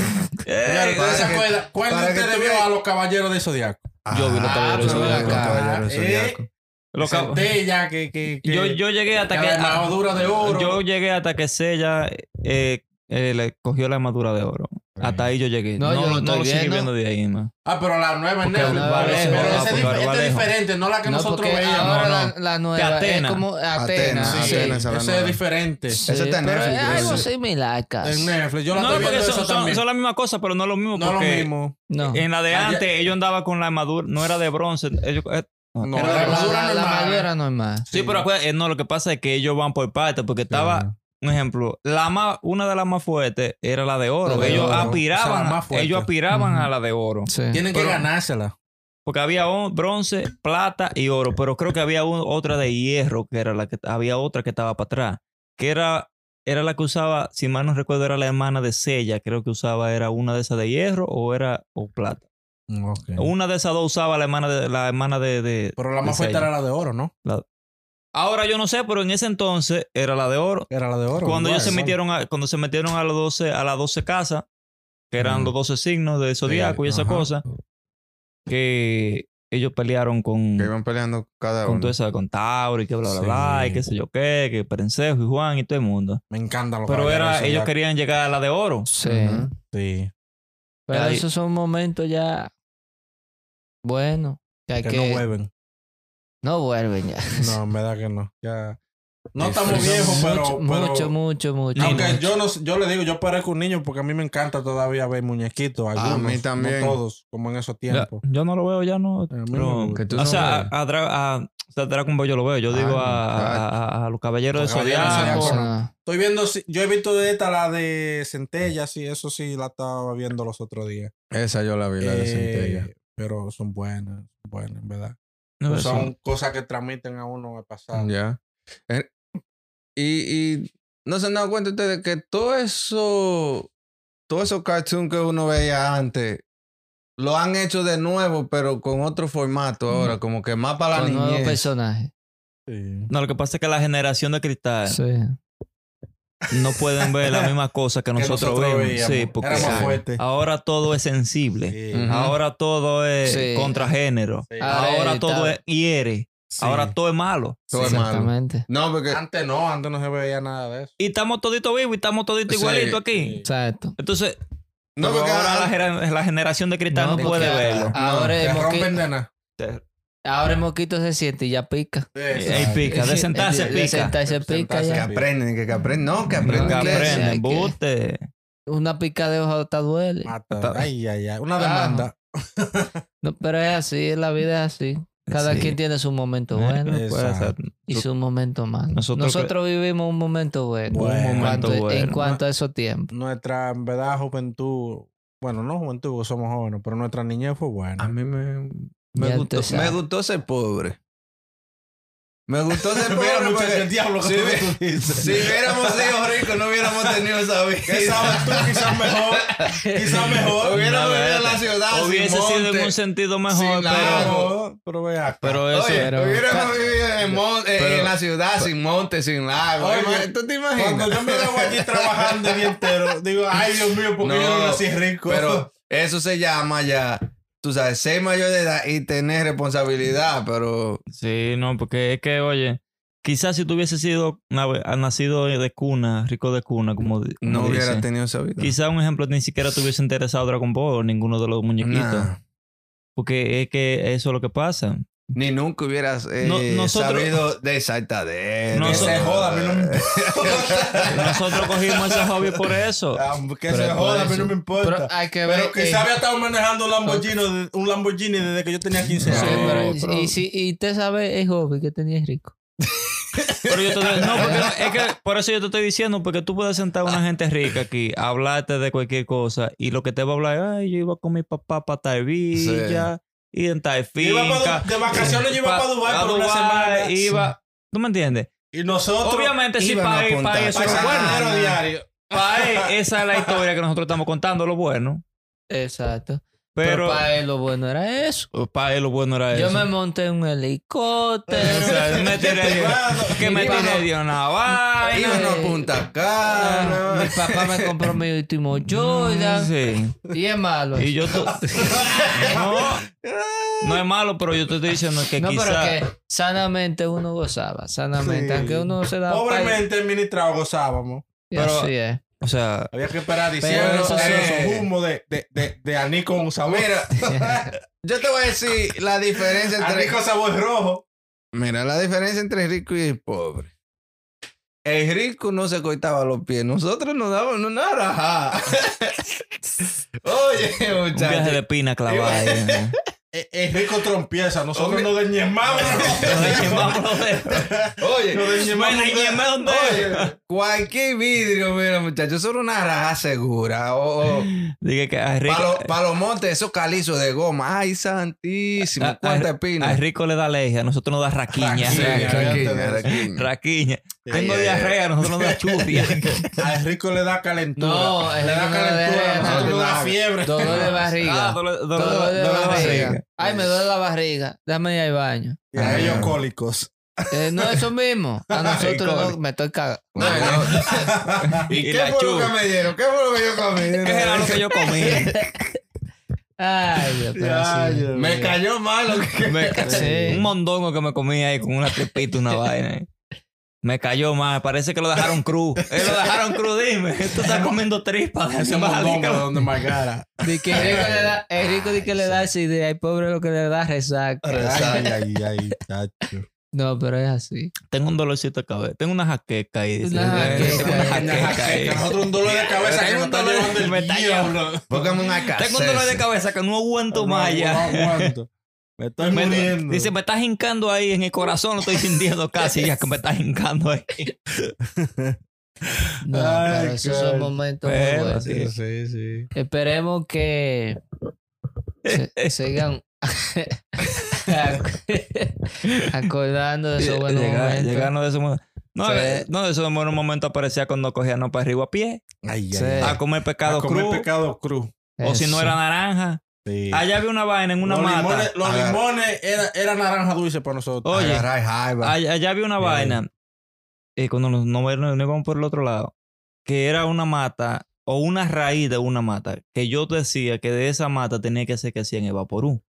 Speaker 3: Claro,
Speaker 1: Eh,
Speaker 4: para
Speaker 3: ¿ustedes se
Speaker 4: que-
Speaker 3: acuerdan? ¿Cuál
Speaker 4: para
Speaker 3: de
Speaker 4: que
Speaker 3: ustedes
Speaker 4: tú
Speaker 3: vio
Speaker 4: veas-
Speaker 3: a los caballeros de Zodiaco?
Speaker 1: Yo vi los
Speaker 4: Ah,
Speaker 1: caballeros
Speaker 2: pero
Speaker 4: del
Speaker 2: ven acá.
Speaker 4: Caballero del
Speaker 3: Eh,
Speaker 4: Zodiaco.
Speaker 1: lo cab-
Speaker 3: Centella, que, que, que-
Speaker 1: yo, yo llegué hasta
Speaker 3: que
Speaker 1: que
Speaker 3: la armadura de oro.
Speaker 1: Yo llegué hasta que Sella eh, eh, le cogió la armadura de oro. Hasta ahí yo llegué. No,
Speaker 2: No, yo
Speaker 1: no,
Speaker 2: lo
Speaker 1: no
Speaker 2: estoy
Speaker 1: lo seguí
Speaker 2: viendo.
Speaker 1: viendo de ahí más.
Speaker 3: Ah, pero la nueva es
Speaker 1: Porque Ah,
Speaker 3: Netflix.
Speaker 2: la nueva
Speaker 3: Vale,
Speaker 2: es
Speaker 3: pero
Speaker 2: nueva,
Speaker 3: esa es dif-
Speaker 1: porque
Speaker 3: esta es
Speaker 1: Vallejo.
Speaker 3: diferente, no la que
Speaker 2: no,
Speaker 3: nosotros
Speaker 2: porque
Speaker 3: veíamos.
Speaker 1: ah,
Speaker 2: ahora
Speaker 3: no.
Speaker 2: La, la nueva
Speaker 1: Atena.
Speaker 2: es como Atena.
Speaker 4: Atena,
Speaker 2: sí.
Speaker 4: Atena,
Speaker 3: sí,
Speaker 4: ah, esa es la
Speaker 3: esa es
Speaker 4: nueva.
Speaker 3: diferente.
Speaker 2: Sí,
Speaker 4: Esa está en
Speaker 2: pero
Speaker 4: Netflix,
Speaker 2: es algo
Speaker 4: sí.
Speaker 2: similar
Speaker 3: En
Speaker 2: casi.
Speaker 3: Netflix. Yo la
Speaker 1: No,
Speaker 3: estoy
Speaker 1: porque
Speaker 3: viendo
Speaker 1: son,
Speaker 3: esa
Speaker 1: son-
Speaker 3: también.
Speaker 1: son la misma cosa, pero no lo mismo.
Speaker 3: no lo
Speaker 1: porque
Speaker 3: mismo.
Speaker 2: No.
Speaker 1: En la de
Speaker 3: Ah, ya-
Speaker 1: antes, ellos andaban con la armadura. No era de bronce. ellos- eh,
Speaker 3: No,
Speaker 1: era
Speaker 2: La,
Speaker 1: de
Speaker 3: la
Speaker 1: bronce.
Speaker 3: armadura
Speaker 2: la- la
Speaker 3: normal.
Speaker 2: armadura normal.
Speaker 1: Sí, pero acuérdate, eh, no, lo que pasa es que ellos van por partes, porque estaba, un ejemplo, la más, una de las más fuertes era la de oro.
Speaker 2: La de
Speaker 1: ellos
Speaker 2: oro.
Speaker 3: O sea,
Speaker 1: aspiraban,
Speaker 3: la más
Speaker 1: a-
Speaker 3: fuerte.
Speaker 1: ellos aspiraban
Speaker 2: Ujú.
Speaker 1: a la de oro.
Speaker 2: Sí.
Speaker 3: Tienen que
Speaker 1: Pero-
Speaker 3: ganársela.
Speaker 1: Porque había on- bronce, plata y oro, pero creo que había un- otra de hierro, que era la que había otra que estaba para atrás, que era, era la que usaba, si mal no recuerdo, era la hermana de Sella, creo que usaba, era una de esas de hierro o era o plata.
Speaker 3: Mm,
Speaker 1: Una de esas dos usaba la hermana de la hermana de, de-
Speaker 3: Pero la más
Speaker 1: de
Speaker 3: fuerte
Speaker 1: Sella.
Speaker 3: era la de oro, ¿no?
Speaker 1: Ahora yo no sé, pero en ese entonces era la de oro.
Speaker 3: Era la de
Speaker 4: Oh,
Speaker 3: oro.
Speaker 1: Cuando ellos se
Speaker 3: Igual.
Speaker 1: metieron a, cuando se metieron a las 12, a las 12 casas, que eran
Speaker 3: Mm.
Speaker 1: los 12 signos de zodiaco y esa
Speaker 3: ajá.
Speaker 1: cosa, que ellos pelearon con
Speaker 4: Que iban peleando cada
Speaker 1: con
Speaker 4: uno.
Speaker 1: todo eso, con Tauro y que bla, bla,
Speaker 3: Sí.
Speaker 1: bla, y qué sé yo qué, que Perencejo y Juan y todo el mundo.
Speaker 3: Me encantan los
Speaker 1: Pero
Speaker 3: caballeros
Speaker 1: era,
Speaker 3: de
Speaker 1: ellos
Speaker 3: Zodiaco.
Speaker 1: querían llegar a la de oro.
Speaker 2: Sí.
Speaker 4: Ujú.
Speaker 3: Sí.
Speaker 2: Pero
Speaker 1: Ahí.
Speaker 2: esos son momentos ya. Bueno. Que hay
Speaker 3: Que
Speaker 2: que.
Speaker 3: no vuelven.
Speaker 2: no vuelven ya.
Speaker 3: No, en verdad que no. Ya. No
Speaker 1: Este,
Speaker 4: Sí,
Speaker 3: estamos
Speaker 4: Muy sí.
Speaker 3: viejos, pero.
Speaker 2: mucho,
Speaker 3: pero-
Speaker 2: mucho, mucho, mucho.
Speaker 3: Aunque
Speaker 2: mucho.
Speaker 3: yo, no, yo le digo, yo parezco un niño porque a mí me encanta todavía ver muñequitos.
Speaker 4: A
Speaker 3: Algunos,
Speaker 4: mí también.
Speaker 3: No todos, como en esos
Speaker 1: Ya,
Speaker 3: tiempos.
Speaker 1: yo no lo veo, ya no.
Speaker 3: mí me
Speaker 1: pero-
Speaker 3: gusta.
Speaker 4: Que tú
Speaker 1: o
Speaker 4: no
Speaker 1: sea,
Speaker 4: ves.
Speaker 1: a, a Dra- a- o sea, Dragon Ball yo lo veo. Yo digo a, a- a- a los caballeros de
Speaker 3: Los Caballeros del
Speaker 1: Zodiaco.
Speaker 2: Eso
Speaker 3: Zodiaco.
Speaker 2: no.
Speaker 3: Estoy viendo, si- yo he visto de esta la de Centella, sí, eso sí la estaba viendo los otros días.
Speaker 4: Esa yo la vi, la de
Speaker 3: Eh,
Speaker 4: Centella.
Speaker 3: Pero son buenas, son buenas, en verdad.
Speaker 1: No, eso.
Speaker 3: son cosas que transmiten a uno al pasado.
Speaker 4: Ya. Eh, Y, y no se han dado cuenta ustedes que todo eso, todos esos cartoons que uno veía antes, lo han hecho de nuevo, pero con otro formato ahora, como que más para la
Speaker 2: Con nuevos
Speaker 4: niñez.
Speaker 2: personajes.
Speaker 3: Sí.
Speaker 1: No, lo que pasa es que la generación de cristal
Speaker 2: Sí.
Speaker 1: no pueden ver la misma cosa que
Speaker 3: Que
Speaker 1: nosotros,
Speaker 3: nosotros
Speaker 1: vemos. Sí, Ah,
Speaker 3: veíamos.
Speaker 1: porque
Speaker 3: Era más fuerte.
Speaker 1: ahora todo es sensible.
Speaker 3: Sí.
Speaker 4: Ujú.
Speaker 1: Ahora todo es
Speaker 2: Sí.
Speaker 1: contra género.
Speaker 3: Sí.
Speaker 1: Ahora
Speaker 2: Ahora
Speaker 1: todo
Speaker 2: está-
Speaker 1: es hiere.
Speaker 3: Sí.
Speaker 1: Ahora todo es malo.
Speaker 4: Todo es malo.
Speaker 2: Exactamente.
Speaker 4: No, porque
Speaker 3: Antes no, antes no se veía nada de eso.
Speaker 1: Y estamos toditos vivos y estamos toditos
Speaker 4: Sí.
Speaker 1: igualitos aquí.
Speaker 3: Sí.
Speaker 2: Exacto.
Speaker 1: Entonces,
Speaker 4: No,
Speaker 1: pero
Speaker 4: porque
Speaker 1: ahora la,
Speaker 4: ahora-
Speaker 1: gener- la generación de cristal no,
Speaker 2: No,
Speaker 1: puede
Speaker 2: porque
Speaker 1: verlo.
Speaker 2: Ahora,
Speaker 3: Te
Speaker 2: el
Speaker 3: rompen
Speaker 2: mosquito,
Speaker 3: de nada.
Speaker 2: ahora el mosquito se siente y ya pica.
Speaker 1: Ahí pica, de sentarse
Speaker 2: De
Speaker 1: pica.
Speaker 2: sentarse pica
Speaker 3: sentarse
Speaker 4: que
Speaker 2: ya.
Speaker 4: aprenden, que, que aprenden, no, que
Speaker 1: Que
Speaker 4: aprenden.
Speaker 2: No,
Speaker 4: inglés.
Speaker 2: hay
Speaker 1: aprenden,
Speaker 2: que-
Speaker 1: buste.
Speaker 2: Una pica de hoja hasta duele.
Speaker 3: Mata. Ay, ay, ay.
Speaker 4: Ah,
Speaker 3: Una demanda.
Speaker 2: No, pero es así, la vida es así. Cada
Speaker 1: Sí.
Speaker 2: quien tiene su momento
Speaker 1: Bueno,
Speaker 2: bueno
Speaker 1: pues, o sea,
Speaker 2: y su momento malo.
Speaker 1: Nosotros
Speaker 2: Nosotros, vivimos un momento bueno,
Speaker 3: Bueno.
Speaker 2: en,
Speaker 1: momento
Speaker 2: cuanto, en
Speaker 1: bueno.
Speaker 2: cuanto a esos tiempos.
Speaker 3: Nuestra, en verdad, juventud. Bueno, no juventud, porque somos jóvenes, pero nuestra niñez fue
Speaker 4: A
Speaker 3: buena.
Speaker 4: mí me, me
Speaker 2: Ya
Speaker 4: gustó,
Speaker 2: usted
Speaker 4: me
Speaker 2: sabe.
Speaker 4: gustó ser pobre. Me gustó ser pobre.
Speaker 3: Mira, muchacho,
Speaker 4: porque
Speaker 3: el diablo que
Speaker 4: si,
Speaker 3: tú-
Speaker 4: vi-
Speaker 3: tú dices.
Speaker 4: si hubiéramos sido ricos, no hubiéramos tenido esa vida.
Speaker 3: ¿Qué sabes tú? Quizás mejor. Quizás mejor.
Speaker 4: Hubiéramos
Speaker 1: No,
Speaker 4: vivido en la
Speaker 1: espérate.
Speaker 4: ciudad.
Speaker 1: hubiese
Speaker 4: sin
Speaker 1: sido en
Speaker 4: monte.
Speaker 1: un sentido
Speaker 4: sin
Speaker 1: mejor, pero,
Speaker 4: nada.
Speaker 3: Pero, pero ve acá.
Speaker 1: pero eso.
Speaker 4: Oye,
Speaker 2: pero-
Speaker 4: hubiéramos vivido en, mon- eh,
Speaker 1: pero-
Speaker 4: en la ciudad, sin monte, sin lago.
Speaker 3: Oye,
Speaker 4: Ima- ¿Tú te
Speaker 3: Cuando
Speaker 4: imaginas?
Speaker 3: yo me veo allí trabajando el día entero, digo, ay Dios mío, porque
Speaker 4: No,
Speaker 3: yo no nací rico.
Speaker 4: Pero eso se llama ya, tú sabes, ser mayor de edad y tener responsabilidad, pero...
Speaker 1: Sí, no, porque es que, oye, quizás si tú hubieses sido na- nacido de cuna, rico de cuna, como, di- como
Speaker 4: No hubiera
Speaker 1: dicen,
Speaker 4: tenido esa vida.
Speaker 1: Quizás un ejemplo ni siquiera te hubiese interesado Dragon Ball o ninguno de los muñequitos.
Speaker 4: Nah.
Speaker 1: Porque es que eso es lo que pasa.
Speaker 4: Ni nunca hubieras eh,
Speaker 1: No- nosotros-
Speaker 4: sabido de saltadero.
Speaker 1: No
Speaker 3: que se
Speaker 1: Nosotros-
Speaker 3: joda, a mí no me importa.
Speaker 1: Nosotros cogimos ese hobby por eso.
Speaker 3: Ah, que
Speaker 2: Pero
Speaker 3: se
Speaker 2: es por
Speaker 3: joda, a mí
Speaker 2: eso.
Speaker 3: no me importa.
Speaker 2: Pero
Speaker 3: Pero,
Speaker 2: hay que ver. eh,
Speaker 3: quizá había estado manejando un Lamborghini, de- un Lamborghini desde que yo tenía 15
Speaker 2: sí,
Speaker 4: No,
Speaker 3: años.
Speaker 2: pero-
Speaker 4: pero-
Speaker 2: Y, si, y usted sabe el hobby que tenía rico.
Speaker 1: Pero yo te digo- no, porque no, es que por eso yo te estoy diciendo, porque tú puedes sentar a una gente rica aquí, hablarte de cualquier cosa, y lo que te va a hablar, ay, yo iba con mi papá para tal villa, y en tal
Speaker 3: Yo iba pa'
Speaker 1: finca.
Speaker 3: Du- de vacaciones yo iba
Speaker 1: pa-
Speaker 3: pa' Dubái
Speaker 1: a
Speaker 3: por una
Speaker 1: Dubái,
Speaker 3: semana.
Speaker 1: Iba, ¿tú me entiendes?
Speaker 3: Y nosotros,
Speaker 1: Obviamente sí,
Speaker 4: iban a
Speaker 1: para
Speaker 4: apuntar.
Speaker 1: eso es
Speaker 3: para
Speaker 1: lo
Speaker 3: sacar
Speaker 1: bueno.
Speaker 3: dinero diario.
Speaker 1: Pa' él, esa es la historia que nosotros estamos contando, lo bueno.
Speaker 2: Exacto. Pero,
Speaker 1: Pero,
Speaker 2: para él lo bueno era eso.
Speaker 1: para él lo bueno era
Speaker 2: Yo
Speaker 1: eso.
Speaker 2: me monté en un
Speaker 1: O
Speaker 2: helicóptero.
Speaker 1: sea, me tiré de- que me
Speaker 2: Iba-
Speaker 1: tiré de una vaina.
Speaker 4: Iban a Punta
Speaker 3: Ah,
Speaker 4: Cana.
Speaker 2: mi papá me compró mi último Jordan.
Speaker 1: Sí.
Speaker 2: Y es malo.
Speaker 1: Y yo to- no, no es malo, pero yo te estoy diciendo que
Speaker 2: no,
Speaker 1: quizá
Speaker 2: pero que sanamente uno gozaba. Sanamente.
Speaker 3: Sí.
Speaker 2: Aunque uno se da.
Speaker 3: Pobremente administrado gozábamos.
Speaker 2: Y
Speaker 1: pero-
Speaker 2: así es.
Speaker 1: o sea,
Speaker 3: Había que esperar diciembre,
Speaker 2: eso
Speaker 4: sí.
Speaker 3: esos humos de, de, de, de aní con sabor.
Speaker 4: Mira, yo te voy a decir la diferencia
Speaker 3: aní
Speaker 4: entre...
Speaker 3: con sabor rojo.
Speaker 4: Mira, la diferencia entre el rico y el pobre. El rico no se cortaba los pies. Nosotros nos dábamos una rajada. Oye,
Speaker 1: un viaje
Speaker 4: muchachos.
Speaker 1: de pina clavada ahí, ¿no?
Speaker 3: Eh, eh, rico trompieza, nosotros
Speaker 4: Hombre.
Speaker 3: nos deñemamos.
Speaker 1: Nos deñemamos de-
Speaker 3: Nos
Speaker 4: Oye,
Speaker 3: deñemamos.
Speaker 1: Me deñemé un dedo.
Speaker 4: oye. Cualquier vidrio, mira, muchachos. Eso era una raja segura. O, o
Speaker 1: Dije que "Ah, a rico,
Speaker 4: para los- para los montes, esos calizos de goma. Ay, santísimo.
Speaker 1: a-
Speaker 4: Cuánta
Speaker 1: a
Speaker 4: espina.
Speaker 1: rico le da alergia, a nosotros nos da raquiña.
Speaker 4: Sí,
Speaker 3: Raquiña.
Speaker 4: raquiña, raquiña.
Speaker 1: Raquiña. Tengo
Speaker 3: eh,
Speaker 4: ay, ay.
Speaker 1: diarrea, a nosotros nos da churria.
Speaker 3: Al rico le da calentura.
Speaker 2: No, el
Speaker 3: le
Speaker 2: rico
Speaker 3: da
Speaker 2: no le
Speaker 3: calentura,
Speaker 2: da
Speaker 3: a nosotros nos da
Speaker 4: nada.
Speaker 3: fiebre.
Speaker 2: Dolor de barriga.
Speaker 1: Ah, dolor- dolor-
Speaker 2: Dolor de
Speaker 1: dolor de
Speaker 2: barriga.
Speaker 1: barriga.
Speaker 2: Ay, me duele la barriga. Dame ir al baño.
Speaker 3: Y a ellos cólicos.
Speaker 2: Eh, no, eso mismo. A nosotros no, me estoy cagando.
Speaker 4: No, no.
Speaker 1: Y
Speaker 4: ¿Y, qué
Speaker 1: la
Speaker 4: fue lo
Speaker 1: churria.
Speaker 4: que me dieron? ¿Qué fue lo que yo
Speaker 1: ¿Qué era lo
Speaker 4: comí?
Speaker 1: que yo comí?
Speaker 2: Ay, Dios, pero sí.
Speaker 4: Me cayó mal lo que...
Speaker 1: Me ca-
Speaker 2: Sí.
Speaker 1: Un mondongo que me comí ahí con una tripita, una vaina. ahí. Me cayó mal, parece que lo dejaron cru. Eh, lo dejaron cru, dime. Tú estás comiendo tripas.
Speaker 3: Ese
Speaker 1: Vas a
Speaker 3: mondongo
Speaker 1: dedicar-
Speaker 3: de donde Margara.
Speaker 2: Di que el rico le da, el rico di que le da esa idea, el pobre lo que le da es resaca.
Speaker 3: Ay, ay, ay, chacho.
Speaker 2: No, pero es así.
Speaker 1: Tengo un dolorcito de cabeza. Tengo una jaqueca ahí. dice.
Speaker 2: Una jaqueca.
Speaker 1: Tengo una jaqueca ahí.
Speaker 3: Que a nosotros un dolor de cabeza que
Speaker 1: Tengo
Speaker 3: nos
Speaker 1: un
Speaker 3: está
Speaker 1: dolor-
Speaker 3: llevando
Speaker 1: me
Speaker 3: el
Speaker 1: está
Speaker 3: diablo.
Speaker 4: Póngame una casa.
Speaker 1: Tengo un dolor de cabeza que no aguanto más
Speaker 3: No
Speaker 1: ya.
Speaker 3: aguanto. Me estoy
Speaker 1: Me-
Speaker 3: muriendo.
Speaker 1: dice, me estás hincando ahí en el corazón, lo estoy sintiendo casi ya que me estás hincando ahí.
Speaker 2: No,
Speaker 3: Ay,
Speaker 2: pero esos
Speaker 3: coño.
Speaker 2: son momentos muy
Speaker 1: Pero
Speaker 2: buenos.
Speaker 1: sí.
Speaker 3: sí, sí.
Speaker 2: Esperemos que se- sigan acordando de esos buenos
Speaker 1: Llegar-
Speaker 2: momentos.
Speaker 1: llegarnos de ese momento. No,
Speaker 2: Sí.
Speaker 1: eh, no, de esos buenos momentos aparecía cuando cogíamos para arriba a pie,
Speaker 3: Ay,
Speaker 2: Sí.
Speaker 3: ay, ay.
Speaker 1: Eh, a comer
Speaker 3: A
Speaker 1: pescado
Speaker 3: comer
Speaker 1: cru,
Speaker 3: pecado cruz.
Speaker 1: Ah, o si no
Speaker 2: Eso.
Speaker 1: era naranja.
Speaker 3: Sí.
Speaker 1: Allá había una vaina en una
Speaker 3: los
Speaker 1: mata.
Speaker 3: limones, los
Speaker 4: Agarra.
Speaker 3: limones era, era naranja dulce para nosotros.
Speaker 1: Oye.
Speaker 4: Agarrar jaiba.
Speaker 1: Allá, allá había una
Speaker 3: Sí.
Speaker 1: vaina. eh, cuando nos, no, no- no íbamos por el otro lado. Que era una mata o una raíz de una mata. Que yo decía que de esa mata tenía que ser que hacían el vaporú.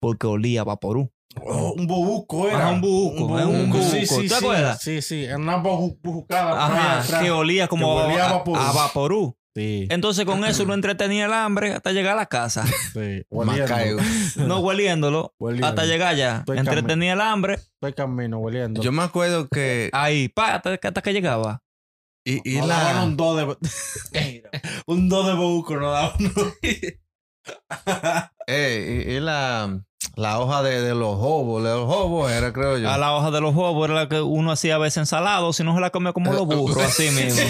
Speaker 1: Porque olía a vaporú.
Speaker 3: Oh, un bobuco era.
Speaker 1: Ajá, un bubuco, era un bubuco.
Speaker 3: Sí, sí, sí,
Speaker 1: ¿Te acuerdas?
Speaker 3: Sí, sí. Era una bobu- bubucada. por ahí
Speaker 1: Ajá,
Speaker 3: atrás.
Speaker 1: que olía como
Speaker 3: Ah, que olía
Speaker 1: a,
Speaker 3: a vaporú.
Speaker 1: a vaporú.
Speaker 3: Sí,
Speaker 1: Entonces con eso no entretenía el hambre hasta llegar a la casa.
Speaker 3: sí.
Speaker 4: Más caigo.
Speaker 3: Oliendo.
Speaker 1: No hueliéndolo.
Speaker 3: Oliendo.
Speaker 1: Hasta llegar allá.
Speaker 3: Estoy
Speaker 1: Entretenía el hambre.
Speaker 3: Estoy camino, oliendo.
Speaker 4: Yo me acuerdo que
Speaker 1: Ahí, pa, hasta, hasta que llegaba.
Speaker 4: Y, y
Speaker 3: Nos daban
Speaker 4: la,
Speaker 3: un do de... un do de Bouco nos daban.
Speaker 4: eh, y, y la, la hoja de, de los hobos. De los hobos era, creo yo.
Speaker 1: A la hoja de los huevos era la que uno hacía a veces ensalado, si no se la comía como los burros, así mismo.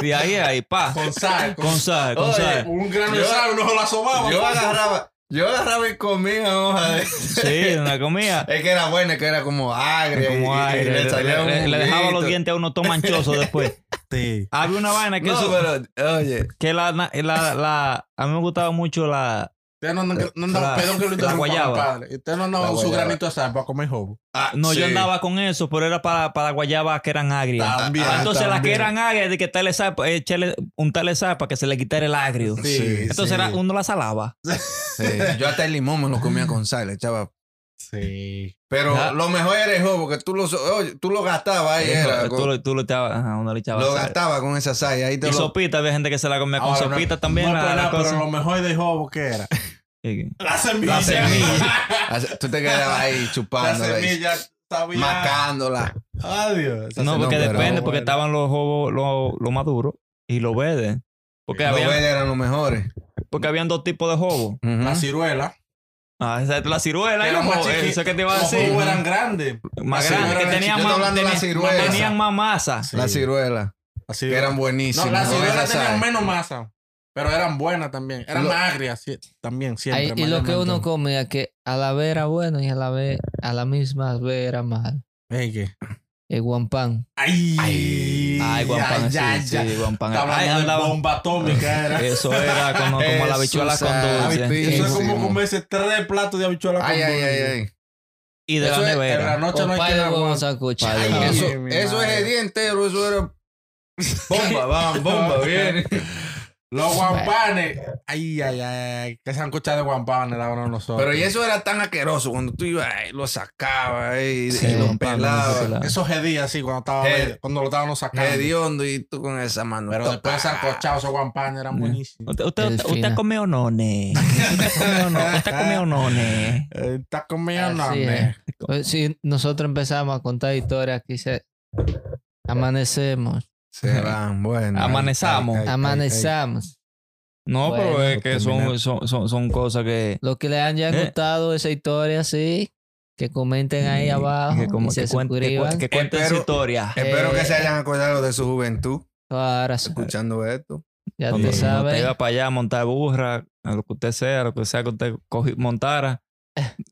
Speaker 1: Y de ahí, ahí, pa.
Speaker 3: Con sal.
Speaker 1: Con sal, con
Speaker 4: Oye,
Speaker 1: sal.
Speaker 3: Un grano de
Speaker 4: Yo-
Speaker 3: sal, uno la sobaba.
Speaker 4: Yo agarraba, yo agarraba y comía hoja de...
Speaker 1: Sí, una comida.
Speaker 4: Es que era buena, es que era como agria. y-
Speaker 1: Como
Speaker 4: y- y
Speaker 1: aire. Le,
Speaker 4: salía
Speaker 1: le-
Speaker 4: un
Speaker 1: le- le dejaba los
Speaker 4: juguito.
Speaker 1: dientes a uno todo manchoso después.
Speaker 3: Sí.
Speaker 1: Había una vaina que,
Speaker 4: No,
Speaker 1: eso-
Speaker 4: pero, oye,
Speaker 1: que la, na- la- la- a mí me gustaba mucho la...
Speaker 3: Usted no andaba, no
Speaker 1: La-
Speaker 3: andaba- perdón que lo
Speaker 1: la
Speaker 3: interrumpa,
Speaker 1: guayaba.
Speaker 3: compadre. Usted no andaba
Speaker 4: La
Speaker 3: con su
Speaker 4: guayaba.
Speaker 3: granito de sal para comer hobo.
Speaker 4: ah,
Speaker 1: No,
Speaker 4: sí.
Speaker 1: yo andaba con eso, pero era para, para guayabas que eran agrias.
Speaker 3: También.
Speaker 1: Ah, Entonces las que
Speaker 4: también.
Speaker 1: eran agrias, de que tal sal, eh, echarle, untarle sal para que se le quitara el agrio.
Speaker 3: Sí,
Speaker 1: Entonces
Speaker 4: sí,
Speaker 1: era, uno la salaba.
Speaker 4: sí. Yo hasta el limón me lo comía con sal, le echaba.
Speaker 3: Sí.
Speaker 4: Pero
Speaker 1: Ah.
Speaker 4: lo mejor era el jugo, porque tú lo, so- oye, tú lo gastabas ahí, era,
Speaker 1: eh, tú,
Speaker 4: con-
Speaker 1: lo- tú lo echabas, ajá, uno le echaba
Speaker 4: lo
Speaker 1: sal.
Speaker 4: gastabas con esa sal. y Ahí te
Speaker 1: Y
Speaker 4: lo,
Speaker 1: sopita, había gente que se la comía con
Speaker 3: Ahora, no-
Speaker 1: sopita también.
Speaker 3: no es
Speaker 1: la-
Speaker 3: por
Speaker 1: la
Speaker 3: nada,
Speaker 1: cosa.
Speaker 3: pero lo mejor de hobo que era.
Speaker 1: Sí.
Speaker 3: La semilla.
Speaker 4: la semilla. Así- tú te quedabas ahí
Speaker 3: La
Speaker 4: chupándola, y
Speaker 3: semilla sabía.
Speaker 4: macándola.
Speaker 3: Adiós.
Speaker 1: No,
Speaker 4: no,
Speaker 1: porque
Speaker 4: pero-
Speaker 1: depende,
Speaker 3: bueno.
Speaker 1: porque estaban los jobos, los los maduros y los verdes. Porque,
Speaker 4: Los
Speaker 1: habían,
Speaker 4: verdes eran los mejores.
Speaker 1: porque habían dos tipos de jobos.
Speaker 4: Ujú.
Speaker 3: La ciruela.
Speaker 1: Ah, esa es la ciruela y
Speaker 3: Eran
Speaker 1: los
Speaker 3: más
Speaker 1: jobos.
Speaker 3: chiquitos.
Speaker 1: Eso que te iba a
Speaker 3: Los
Speaker 1: decir.
Speaker 3: jugos eran grandes.
Speaker 1: Más grandes,
Speaker 4: la ciruela
Speaker 1: que
Speaker 4: era
Speaker 1: tenían más,
Speaker 4: chiquita. Yo estoy hablando de
Speaker 1: tenían-
Speaker 4: la ciruela.
Speaker 1: tenían más masa.
Speaker 4: La ciruela,
Speaker 3: La
Speaker 4: que
Speaker 3: ciruela.
Speaker 4: eran buenísimas.
Speaker 3: No, las
Speaker 4: con
Speaker 3: ciruelas
Speaker 4: esa
Speaker 3: tenían
Speaker 4: sal.
Speaker 3: menos masa. Pero eran buenas también. Eran
Speaker 4: Lo-
Speaker 3: más agrias sí, también, siempre.
Speaker 2: Ay, y lo que uno comía, que a la vez era bueno y a la vez, a la misma vez era mal.
Speaker 3: come.
Speaker 2: El guampán.
Speaker 3: Ay, ay,
Speaker 1: Ay, guampán, sí,
Speaker 3: ay, ay.
Speaker 1: sí, guampán.
Speaker 3: Estaba
Speaker 1: Ay,
Speaker 3: hablando de
Speaker 1: andaba-
Speaker 3: bomba atómica. Era.
Speaker 1: Eso era como, como la
Speaker 4: Jesús,
Speaker 1: habichuela con
Speaker 4: ay,
Speaker 1: dulce.
Speaker 3: Eso es
Speaker 4: Sí,
Speaker 3: como
Speaker 4: sí.
Speaker 3: comerse tres platos de habichuela con
Speaker 4: Ay, ay,
Speaker 3: dulce.
Speaker 4: ay, ay.
Speaker 1: Y de
Speaker 3: Eso
Speaker 1: la
Speaker 3: es- en la
Speaker 1: nevera.
Speaker 3: noche
Speaker 2: O
Speaker 3: no hay
Speaker 2: pay
Speaker 3: quien
Speaker 2: de huevo
Speaker 3: aguante.
Speaker 2: sancocho.
Speaker 1: Pay de
Speaker 3: Ay,
Speaker 1: huevo.
Speaker 4: Eso,
Speaker 3: mi
Speaker 4: eso es
Speaker 3: madre.
Speaker 4: el día entero, eso era. Bomba, van, bomba, viene.
Speaker 3: Los guampanes. Ay, ay, ay. Que sancocha de guampanes daban a nosotros.
Speaker 4: Pero y eso era tan asqueroso cuando tú ibas, ahí, lo sacabas ahí,
Speaker 1: Sí,
Speaker 4: y lo
Speaker 1: guampán, no se
Speaker 4: pelabas.
Speaker 1: pelaba.
Speaker 3: Esos hedías, sí, cuando, estaba
Speaker 4: Hed-
Speaker 3: verde, cuando lo estaban sacando.
Speaker 4: Hediondo y tú con esa mano.
Speaker 3: Pero
Speaker 4: Toc,
Speaker 3: después
Speaker 4: ah.
Speaker 3: sancochados, esos guampanes eran
Speaker 4: Mm.
Speaker 1: Ya.
Speaker 3: buenísimos.
Speaker 1: Usted, usted, usted,
Speaker 2: Delfina.
Speaker 1: ha comido none. Usted ha comido no- usted ha comido none.
Speaker 3: Eh, Está comiendo,
Speaker 2: Así
Speaker 3: no,
Speaker 2: es.
Speaker 3: hombre.
Speaker 2: Pues, si nosotros empezamos a contar historias, aquí se amanecemos.
Speaker 4: Se van, bueno.
Speaker 1: Amanezamos.
Speaker 4: Ay, ay, ay, ay.
Speaker 2: Amanezamos.
Speaker 1: No, pero
Speaker 2: Bueno,
Speaker 1: es que son, son, son, son cosas que...
Speaker 2: Los que les hayan
Speaker 1: Eh.
Speaker 2: gustado esa historia, sí, que comenten ahí
Speaker 1: y-
Speaker 2: abajo.
Speaker 1: Que, como,
Speaker 2: y se
Speaker 1: que, cuen- que cuen-
Speaker 2: suscriban.
Speaker 1: que cuenten
Speaker 4: Espero-
Speaker 1: su historia.
Speaker 4: Espero que
Speaker 2: Eh.
Speaker 4: se hayan acordado de su juventud
Speaker 2: Ahora sí,
Speaker 4: escuchando esto.
Speaker 2: ya
Speaker 1: Cuando
Speaker 2: tú
Speaker 1: usted
Speaker 2: sabes.
Speaker 1: iba para allá a montar burra, a lo que usted sea, lo que sea que usted cogi- montara.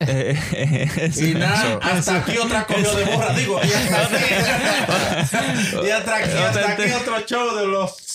Speaker 1: Eh,
Speaker 3: Y nada,
Speaker 4: Eso.
Speaker 3: hasta aquí otra comió de burra, digo. Y hasta aquí, y hasta aquí, hasta aquí otro show de los